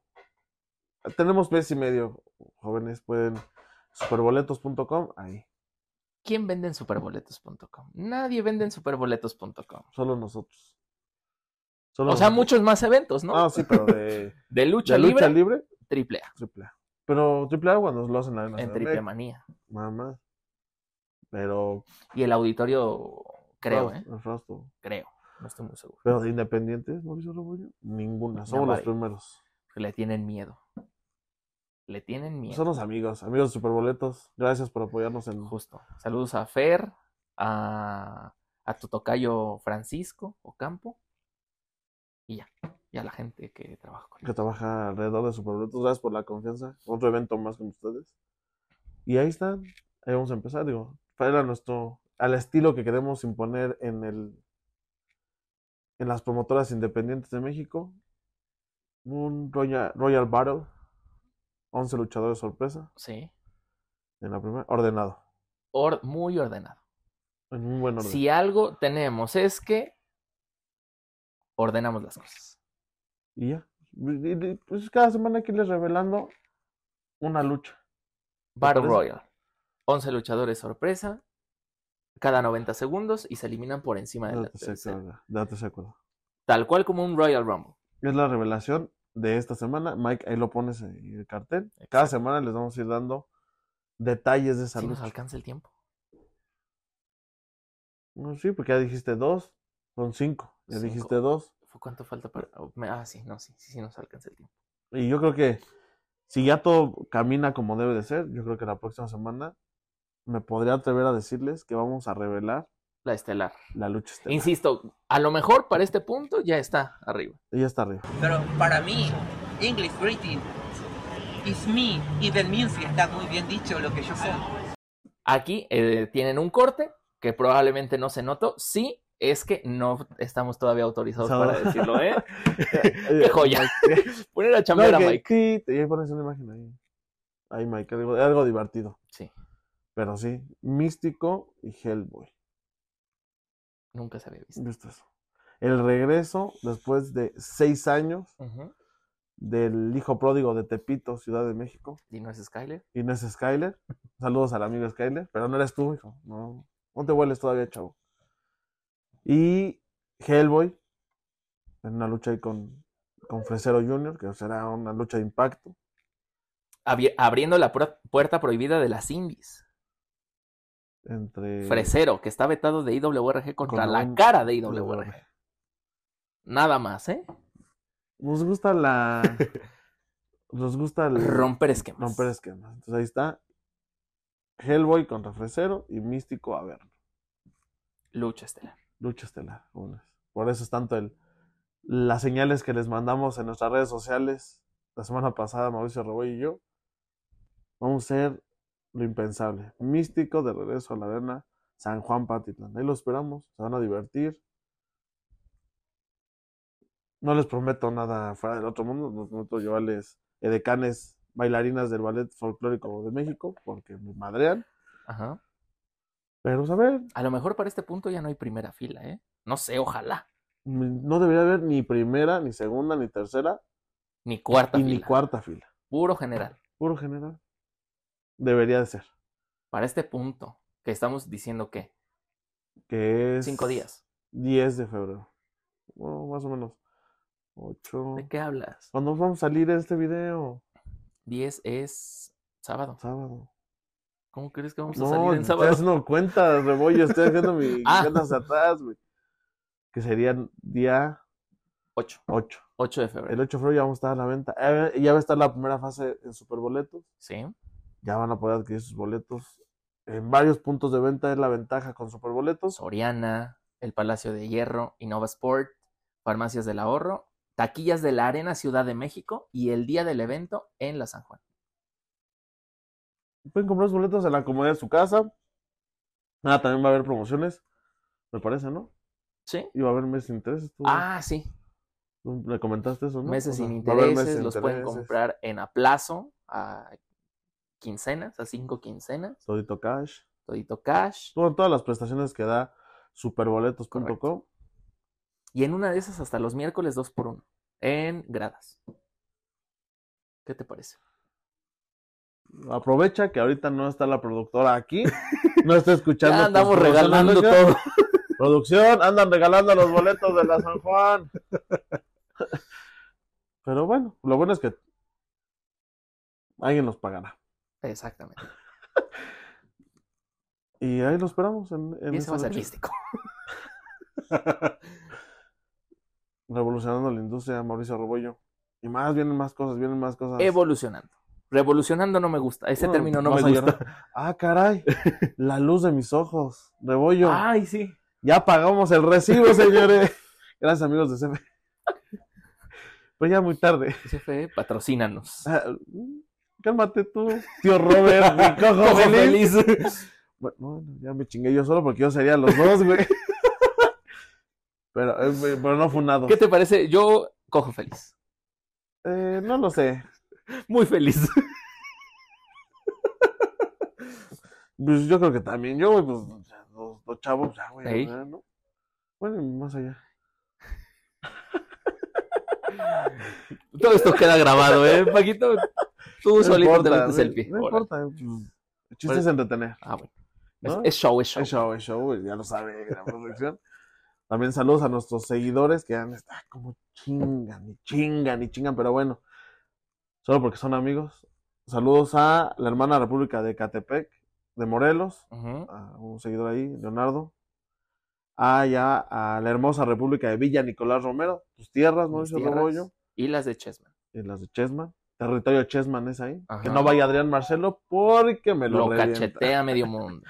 B: Tenemos mes y medio, jóvenes. Pueden. Superboletos.com, ahí.
A: ¿Quién vende en superboletos.com? Nadie vende en superboletos.com.
B: Solo nosotros. Solo
A: O sea,
B: nosotros.
A: muchos más eventos, ¿no?
B: Ah, sí, pero de,
A: De lucha
B: de lucha
A: libre,
B: libre,
A: triple A.
B: triple A. Pero triple A cuando lo hacen en la ¿eh?
A: En triple manía.
B: Mamá. Pero.
A: Y el auditorio, creo,
B: Frost-
A: ¿eh?
B: el Frosto.
A: Creo. No estoy muy seguro.
B: Pero de independientes, Mauricio Rebollo, ninguna. Somos
A: No
B: los
A: hay.
B: primeros.
A: Le tienen miedo. Le tienen miedo.
B: Son los amigos, amigos de Superboletos. Gracias por apoyarnos en.
A: Justo. Saludos a Fer, a, a tu tocayo Francisco Ocampo. Y ya. Y a la gente que trabaja con
B: que
A: él.
B: trabaja alrededor de Superboletos. Gracias por la confianza. Otro evento más con ustedes. Y ahí están. Ahí vamos a empezar. Digo, para ir a nuestro. al estilo que queremos imponer en el. en las promotoras independientes de México. Un Royal, Royal Battle. 11 luchadores sorpresa.
A: Sí.
B: En la primera. Ordenado.
A: Or- muy ordenado.
B: En un buen orden.
A: Si algo tenemos es que ordenamos las cosas.
B: Y ya. Y- y- y, Pues cada semana aquí les revelando una lucha.
A: Battle
B: parece?
A: Royal. 11 luchadores sorpresa. Cada 90 segundos y se eliminan por encima de Ah, la
B: Date se
A: tercera.
B: acuerda, date se acuerda.
A: Tal cual como un Royal Rumble.
B: Es la revelación de esta semana. Mike, ahí lo pones en el cartel. Cada semana les vamos a ir dando detalles de esa
A: Si nos
B: lucha.
A: alcanza el tiempo.
B: No, sí, porque ya dijiste dos, son cinco. Ya
A: Cinco.
B: dijiste dos.
A: ¿Cuánto falta
B: Eh.
A: para.? oh, me- Ah, sí, no, sí, sí, sí nos alcanza el tiempo.
B: Y yo creo que si ya todo camina como debe de ser, yo creo que la próxima semana me podría atrever a decirles que vamos a revelar
A: La estelar.
B: la lucha estelar.
A: Insisto, a lo mejor para este punto ya está arriba.
B: Ella está arriba.
C: Pero para mí, English Greeting is me y del Minsi está muy bien dicho lo que yo soy.
A: Aquí eh, tienen un corte que probablemente no se notó. Sí, es que no estamos todavía autorizados para
B: Saludos.
A: decirlo, ¿eh?
B: ¡Qué
A: joya! Poner a chambear a Mike.
B: Y ahí pones una imagen ahí. Ahí, Mike, algo, algo divertido.
A: Sí,
B: Pero sí, Místico y Hellboy.
A: nunca se había visto.
B: ¿Viste eso? El regreso, después de seis años,
A: Ujú.
B: del hijo pródigo de Tepito, Ciudad de México,
A: Y no es Skyler.
B: Inés Skyler. Saludos al amigo Skyler, pero no eres tú, hijo. No, no te hueles todavía, chavo. Y Hellboy, en una lucha ahí con, con Fresero Jr., que será una lucha de impacto.
A: Abri- abriendo la puer- puerta prohibida de las indies.
B: Entre
A: Fresero, que está vetado de IWRG contra
B: con
A: la
B: un-
A: cara de IWRG. Nada más, ¿eh?
B: Nos gusta la. nos gusta el
A: Romper esquemas.
B: romper esquemas. Entonces ahí está. Hellboy contra Fresero y Místico a ver.
A: Lucha estelar.
B: Lucha estelar. unas. Por eso es tanto el. Las señales que les mandamos en nuestras redes sociales. La semana pasada, Mauricio Reboy y yo. Vamos a ser lo impensable. Místico de regreso a la arena. San Juan Patitlán. Ahí lo esperamos. Se van a divertir. No les prometo nada fuera del otro mundo. No prometo llevarles edecanes, bailarinas del ballet folclórico de México, porque me madrean.
A: Ajá.
B: Pero pues, a ver,
A: A lo mejor para este punto ya no hay primera fila, ¿eh? No sé, ojalá.
B: no debería haber ni primera, ni segunda, ni tercera,
A: Ni cuarta
B: y
A: fila.
B: ni cuarta fila.
A: Puro general.
B: Puro general. Debería de ser.
A: Para este punto, que estamos diciendo que
B: Que es.
A: cinco días.
B: 10 de febrero. Bueno, más o menos. 8.
A: ¿De qué hablas?
B: ¿Cuándo vamos a salir este video?
A: 10 es sábado.
B: Sábado.
A: ¿Cómo crees que vamos a
B: No,
A: salir en
B: estoy
A: sábado?
B: haciendo cuentas, Rebollo, estoy haciendo mi
A: Ah.
B: cuentas hacia atrás, güey. Que sería día
A: 8.
B: 8.
A: 8 de
B: El
A: febrero.
B: 8 de febrero ya vamos a estar a la venta. Eh, Ya va a estar la primera fase en Superboletos.
A: Sí.
B: Ya van a poder adquirir sus boletos. En varios puntos de venta es la ventaja con Superboletos.
A: Soriana, el Palacio de Hierro, Innova Sport, Farmacias del Ahorro, Taquillas de la Arena Ciudad de México y el día del evento en la San Juan.
B: Pueden comprar sus boletos en la comodidad de su casa. Ah, también va a haber promociones. Me parece, ¿no?
A: ¿Sí?
B: Y va a haber meses sin intereses. Tú,
A: Ah, sí.
B: tú le comentaste eso, ¿no?
A: Meses
B: O sea,
A: sin
B: va a haber
A: intereses,
B: meses sin
A: los pueden
B: intereses,
A: comprar en aplazo a quincenas, a cinco quincenas,
B: Todito cash.
A: todito cash.
B: Bueno, todas las prestaciones que da superboletos.com.
A: Correcto. Y en una de esas hasta los miércoles dos por uno, en gradas. ¿Qué te parece?
B: Aprovecha que ahorita no está la productora aquí. No está escuchando.
A: Ya
B: tus
A: andamos
B: promociones,
A: regalando
B: Lucas.
A: todo.
B: Producción, andan regalando los boletos de la San Juan. Pero bueno, lo bueno es que alguien los pagará.
A: Exactamente.
B: Y ahí lo esperamos en, en
A: Y ese va a
B: esa
A: ser
B: noche.
A: místico.
B: Revolucionando la industria, Mauricio Rebollo. Y más, vienen más cosas, vienen más cosas.
A: Evolucionando. Revolucionando no me gusta. Ese
B: Mm,
A: término no me
B: vas a
A: gusta.
B: llorar. Ah, caray. La luz de mis ojos. Rebollo.
A: Ay, sí.
B: Ya pagamos el recibo, señores. Gracias, amigos de CFE. Pues ya muy tarde.
A: CFE, patrocínanos.
B: Ah, Cálmate tú, tío Robert, mi cojo
A: Cojo
B: feliz.
A: feliz.
B: Bueno, bueno, ya me chingué yo solo porque yo sería los dos, güey. Pero, eh, güey, pero no funado.
A: ¿Qué te parece? Yo cojo feliz.
B: Eh, no lo sé.
A: Muy feliz.
B: Pues yo creo que también. Yo, güey, pues ya, los, los chavos, ya, güey,
A: Ey.
B: ya, ¿no? Bueno, y más allá.
A: Todo esto queda grabado, ¿eh? Paquito, tú
B: No
A: solito te
B: importa,
A: metes
B: güey,
A: el pie.
B: No
A: Órale.
B: importa. pues, el chiste es entretener.
A: Ah, bueno.
B: ¿No?
A: Es, es show, es show.
B: Es show, es show, güey, ya lo sabe la producción. También saludos a nuestros seguidores que han estado ah, como chingan y chingan y chingan, pero bueno, solo porque son amigos. Saludos a la hermana República de Catepec, de Morelos,
A: Ujú.
B: a un seguidor ahí, Leonardo. Ah, ya a la hermosa República de Villa Nicolás Romero, tus tierras,
A: Mis
B: Mauricio
A: tierras
B: Rebollo,
A: Y las de Chesman.
B: y las de Chesman, territorio Chesman es ahí. Que
A: Ajá.
B: no vaya Adrián Marcelo porque me lo,
A: Lo
B: revienta.
A: cachetea medio mundo.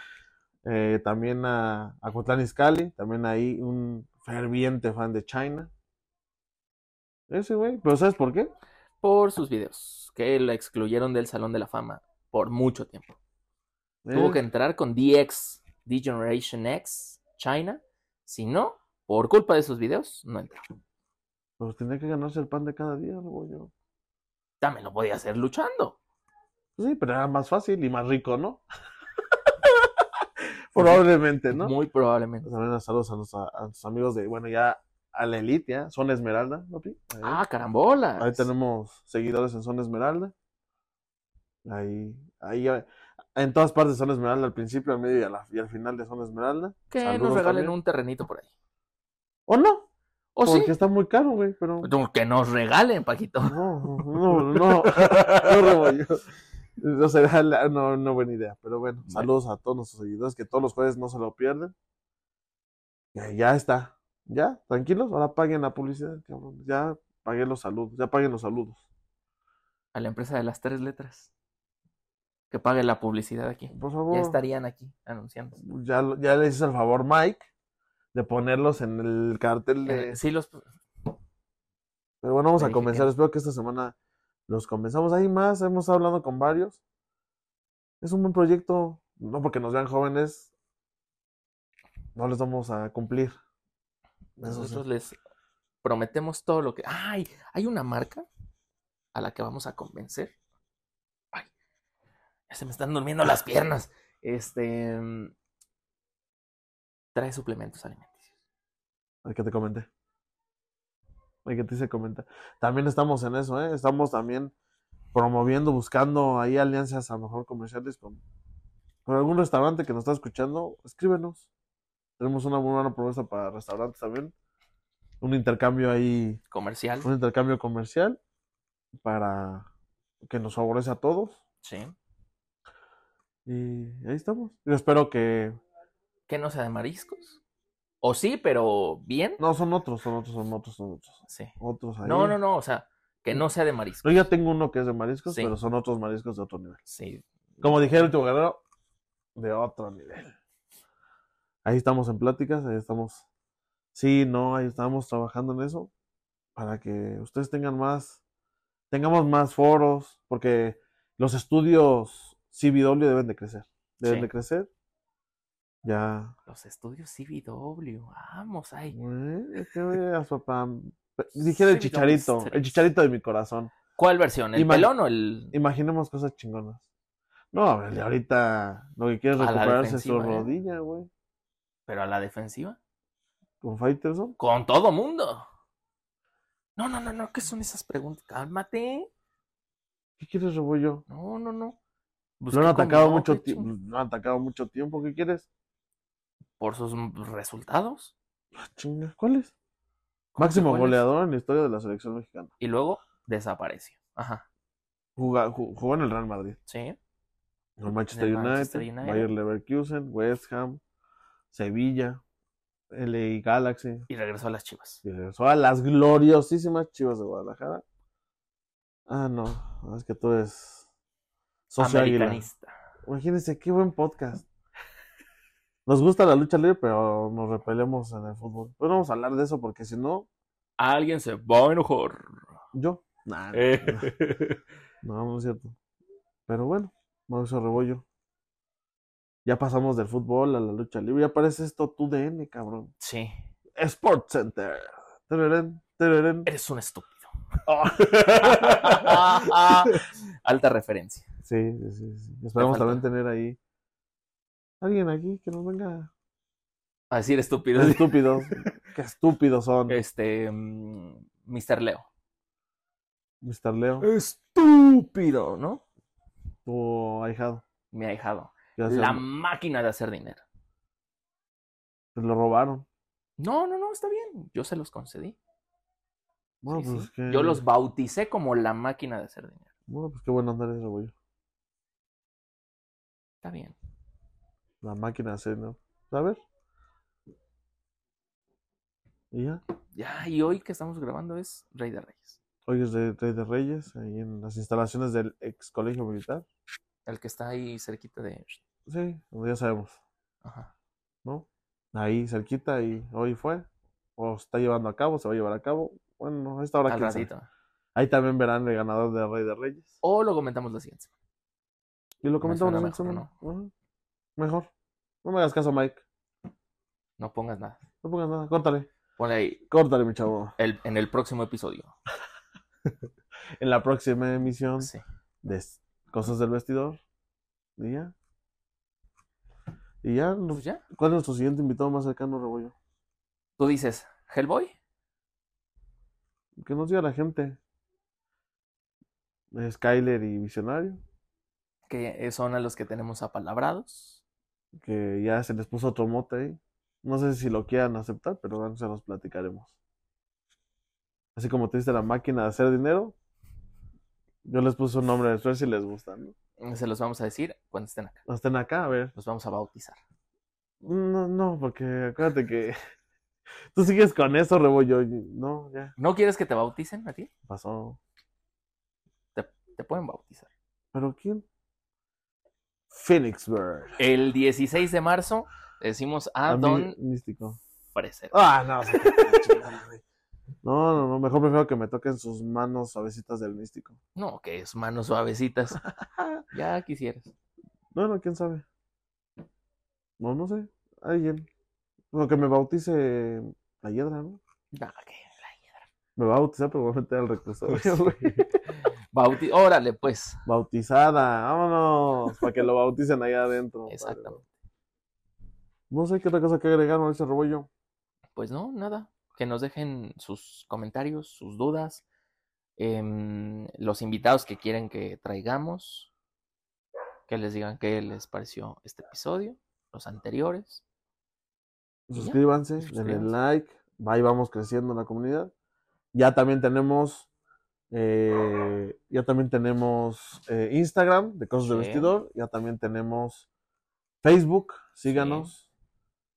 B: Eh, también a, a Cotlán Iscali, también ahí un ferviente fan de China. Ese güey, pero ¿sabes por qué?
A: Por sus videos, que lo excluyeron del Salón de la Fama por mucho tiempo. Tuvo
B: Él-
A: que entrar con DX, D-Generation X, China. Si no, por culpa de sus videos, no entró.
B: Pues tendría que ganarse el pan de cada día, luego yo.
A: También lo podía hacer luchando.
B: Pues Sí, pero era más fácil y más rico, ¿no?
A: Pues
B: Probablemente, ¿no?
A: Muy probablemente.
B: También saludos a los- a a nuestros amigos de, bueno, ya a la elite, ya, Son Esmeralda, ¿no, Pi? Ahí.
A: Ah, carambola.
B: Ahí tenemos seguidores en Zona Esmeralda. Ahí, ahí ya- en todas partes de Zona Esmeralda, al principio, al medio y, a la- y al final de Zona Esmeralda.
A: Que nos
B: Saludos
A: regalen
B: también.
A: un terrenito por ahí.
B: ¿O no?
A: ¿O
B: Porque
A: sí? Pues
B: está muy caro, güey, pero.
A: Que nos regalen, Paquito.
B: No, no, no. No, Rebollo. No será la- no, no buena idea. Pero bueno, saludos a todos nuestros seguidores, que todos los jueves no se lo pierden. Ya, ya está. Ya, tranquilos, ahora paguen la publicidad, cabrón. Ya paguen los saludos, ya paguen los saludos.
A: A la empresa de las tres letras. Que pague la publicidad aquí.
B: Por favor.
A: Ya estarían aquí anunciando.
B: ya, lo- ya le hice el favor, Mike, de ponerlos en el cartel de.
A: Eh, Sí, los.
B: Pero bueno, vamos a
A: verifiqué.
B: comenzar. Espero que esta semana los comenzamos. Hay más, hemos estado hablando con varios. Es un buen proyecto. No porque nos vean jóvenes, no les vamos a cumplir. Eso sí.
A: Nosotros les prometemos todo lo que. ¡Ay! Hay una marca a la que vamos a convencer. ¡Ay! Ya se me están durmiendo las piernas. Este. mm, Trae suplementos alimenticios.
B: El que te comenté. El que te hice comentar. También estamos en eso, ¿eh? Estamos también promoviendo, buscando ahí alianzas a lo mejor comerciales con, con algún restaurante que nos está escuchando. Escríbenos. Tenemos una muy buena propuesta para restaurantes también. Un intercambio ahí,
A: Comercial.
B: un intercambio comercial para que nos favorece a todos.
A: Sí.
B: Y ahí estamos. Yo espero que...
A: Que no sea de mariscos. O sí, pero bien.
B: No, son otros, son otros, son otros, son otros.
A: Sí.
B: Otros ahí.
A: No, no, no. O sea, que no sea de mariscos.
B: No, ya tengo uno que es de mariscos,
A: Sí.
B: pero son otros mariscos de otro nivel.
A: Sí.
B: Como dije el último guerrero, de otro nivel. Ahí estamos en pláticas, ahí estamos. Sí, no, ahí estamos trabajando en eso para que ustedes tengan más, tengamos más foros, porque los estudios CBW deben de crecer, deben
A: Sí.
B: de crecer. Ya.
A: Los estudios CBW. Vamos, ay.
B: Eh, ¿Qué veas, papá? Dijera el
A: CBW
B: chicharito, el
A: tres.
B: chicharito de mi corazón.
A: ¿Cuál versión? ¿El
B: Ima-
A: pelón o el.?
B: Imaginemos cosas chingonas. No, el de ahorita lo que quiere es
A: A la
B: recuperarse su
A: defensiva, ¿eh?
B: rodilla, güey.
A: Pero a la defensiva.
B: Con Fighterson.
A: Con todo mundo. No, no, no, no. ¿Qué son esas preguntas? Cálmate.
B: ¿Qué quieres, Rebollo?
A: No, no, no. Pues,
B: Lo han
A: ¿qué
B: atacado
A: combinó,
B: mucho
A: Pecho?
B: tiempo. Lo han atacado mucho tiempo. ¿Qué quieres?
A: Por sus resultados.
B: Ah, chinga. ¿Cuál es?
A: ¿Cómo que
B: Máximo
A: cuál es?
B: goleador en la historia de la selección mexicana.
A: Y luego desapareció. Ajá.
B: Juga- ju- jugó en el Real Madrid.
A: Sí.
B: En el Manchester
A: En el
B: United,
A: Manchester United.
B: Bayer Leverkusen, West Ham, Sevilla, LA Galaxy.
A: Y regresó a las chivas.
B: Y regresó a las gloriosísimas Chivas de Guadalajara. Ah, no, es que tú eres Socio Águila.
A: americanista.
B: Imagínense, qué buen podcast. Nos gusta la lucha libre, pero nos repelemos en el fútbol. Pero no vamos a hablar de eso porque si no,
A: Alguien se va a enojar.
B: yo. Nah,
A: Eh.
B: No, no es cierto. Pero bueno, Mauricio Rebollo. Ya pasamos del fútbol a la lucha libre. Ya parece esto tu DN, cabrón.
A: Sí,
B: Sports Center. Tererén, tererén.
A: eres un estúpido.
B: Oh.
A: Ah. Alta referencia.
B: Sí, sí, sí, sí. Esperamos
A: falta.
B: también tener ahí alguien aquí que nos venga.
A: A decir estúpido.
B: Estúpidos. Qué estúpidos son,
A: Este, mm, Mr. Leo.
B: Mr. Leo,
A: Estúpido, ¿no?
B: tu ahijado.
A: Mi ahijado.
B: Ya se
A: La
B: lo-
A: máquina de hacer dinero.
B: se pues, lo robaron.
A: No, no, no, está bien. Yo se los concedí.
B: Bueno,
A: Sí,
B: pues
A: sí.
B: qué,
A: Yo los bauticé como la máquina de hacer dinero.
B: bueno, pues qué bueno andar ese Rebollo.
A: Está bien.
B: La máquina de hacer, ¿no? Pues, A ver. Y ya.
A: Ya, y hoy que estamos grabando es Rey de Reyes.
B: Hoy es de Rey de Reyes, ahí en las instalaciones del ex colegio militar.
A: El que está ahí cerquita de.
B: Sí, como ya sabemos,
A: Ajá.
B: ¿no? Ahí cerquita y hoy fue. O se está llevando a cabo, se va a llevar a cabo. Bueno, a esta hora
A: Al
B: quién sabe.
A: ratito.
B: Ahí también verán el ganador de Rey de Reyes.
A: O lo comentamos la siguiente semana.
B: Y lo comentamos
A: suena
B: la siguiente
A: mejor,
B: semana. Ajá. Mejor. No me hagas caso, Mike.
A: No pongas nada.
B: No pongas nada. Córtale.
A: Ponle ahí
B: Córtale, mi chavo.
A: el- en el próximo episodio.
B: En la próxima emisión
A: Sí.
B: de s- Cosas del Vestidor. Y ya. Y ya. no-
A: Pues ya.
B: ¿Cuál es nuestro siguiente invitado más cercano, Rebollo?
A: Tú dices, Hellboy.
B: Que nos diga la gente. Skyler y Visionario.
A: que son a los que tenemos apalabrados.
B: Que ya se les puso otro mote ahí. No sé si lo quieran aceptar, pero ya se los platicaremos. Así como te diste la máquina de hacer dinero, yo les puse un nombre después si les gusta, ¿no?
A: Se los vamos a decir cuando estén acá.
B: No estén acá, a ver.
A: Los vamos a bautizar.
B: No, no, porque acuérdate que tú sigues con eso, Rebollo. No, ya
A: ¿No quieres que te bauticen a ti?
B: pasó.
A: Te pueden bautizar.
B: ¿Pero quién? Phoenix Bird.
A: El 16 de marzo decimos a
B: Ami-
A: Ah, Don
B: místico.
A: Freser.
B: Ah, no. se te está chingando, güey. No, no, no. Mejor prefiero que me toquen sus manos suavecitas del místico.
A: No, que es manos suavecitas. ya quisieras.
B: No, no, quién sabe. No, no sé. Alguien. Bueno, que me bautice la hiedra, ¿no?
A: No, que la hiedra.
B: Me va a bautizar, pero voy a meter al reclusorio, güey.
A: Bauti- Órale, pues.
B: Bautizada, vámonos. Para que lo bauticen allá adentro. padre.
A: Exactamente.
B: No sé qué otra cosa que agregar, Mauricio Rebollo.
A: Pues no, nada. Que nos dejen sus comentarios, sus dudas, em, los invitados que quieren que traigamos, que les digan qué les pareció este episodio, los anteriores. ya, Pues,
B: Suscríbanse, denle
A: suscríbanse.
B: like, ahí vamos creciendo en la comunidad. Ya también tenemos, eh, ya también tenemos eh, Instagram de Cosas de
A: Sí.
B: Vestidor, ya también tenemos Facebook, síganos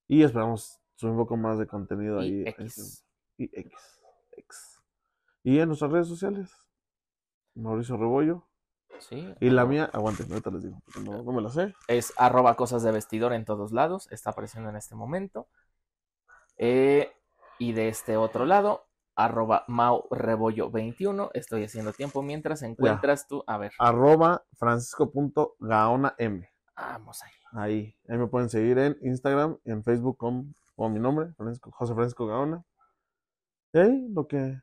B: y esperamos subir un poco más de contenido
A: Y
B: ahí. este,
A: X.
B: Y X, X. Y en nuestras redes sociales, Mauricio Rebollo
A: Sí,
B: y la
A: arroba-
B: mía, aguanten, ahorita les digo, porque no, no me la sé.
A: Es arroba cosas de vestidor en todos lados. Está apareciendo en este momento. Eh, y de este otro lado, arroba Mau Rebollo 21. Estoy haciendo tiempo mientras encuentras tú. A ver,
B: Ah. Arroba francisco.gaonam.
A: vamos ahí.
B: Ahí, ahí me pueden seguir en Instagram, en Facebook con, con mi nombre, Francisco- José Francisco Gaona. Y ahí lo que,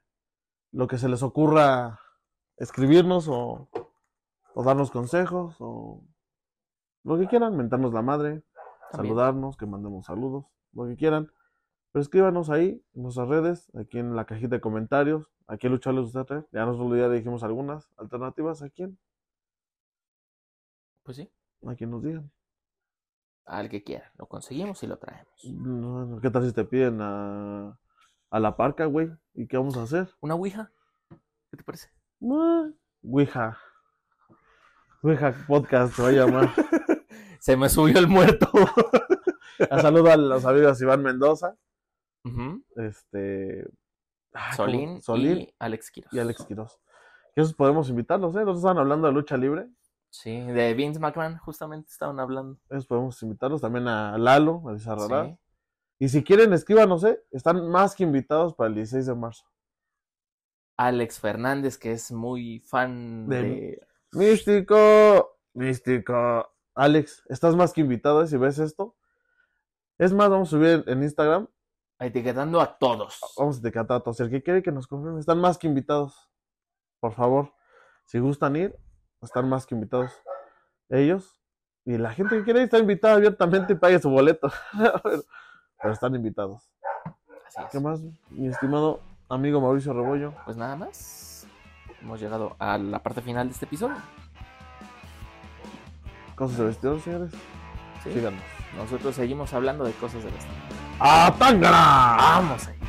B: lo que se les ocurra escribirnos o, o darnos consejos o lo que quieran, mentarnos la madre,
A: También.
B: saludarnos, que mandemos saludos, lo que quieran. Pero escríbanos ahí, en nuestras redes, aquí en la cajita de comentarios, a qué lucha les gustaría traer. Ya nosotros ya dijimos algunas alternativas, a quién,
A: Pues sí,
B: a quien nos digan.
A: al que quiera. Lo conseguimos y lo traemos.
B: No, no, ¿qué tal si te piden a, a la parca, güey? ¿Y qué vamos a hacer?
A: ¿Una ouija? ¿Qué te parece?
B: Ah, Ouija. Ouija Podcast se va a llamar.
A: Se me subió el muerto.
B: Un Ah, saludo a los amigos Iván Mendoza,
A: Ujú.
B: este... ah, ¿cómo?
A: Solín,
B: Solín
A: y Alex Quiroz.
B: y Alex Quiroz. Que esos podemos invitarlos, ¿eh? Nosotros estaban hablando de lucha libre.
A: Sí, de Vince McMahon justamente estaban hablando.
B: Ellos podemos invitarlos también a Lalo, a Lizarrará.
A: Sí.
B: Y si quieren, escríbanos, ¿eh? Están más que invitados para el 16 de marzo.
A: Alex Fernández, que es muy fan
B: De-
A: de...
B: Místico, místico. Alex, estás más que invitado ¿eh? si ves esto. Es más, vamos a subir en Instagram,
A: Etiquetando a todos.
B: vamos a etiquetar a todos. El que quiere que nos confirme, están más que invitados. Por favor, si gustan ir, están más que invitados. Ellos y la gente que quiere ir está invitada abiertamente y pague su boleto. pero, pero están invitados.
A: Así es.
B: ¿Qué más, mi estimado amigo Mauricio Rebollo?
A: Pues nada más. Hemos llegado a la parte final de este episodio.
B: Cosas de vestidor, señores.
A: Sí.
B: Síganos.
A: Nosotros seguimos hablando de cosas del estado.
B: ¡A Tangana!
A: Vamos allá.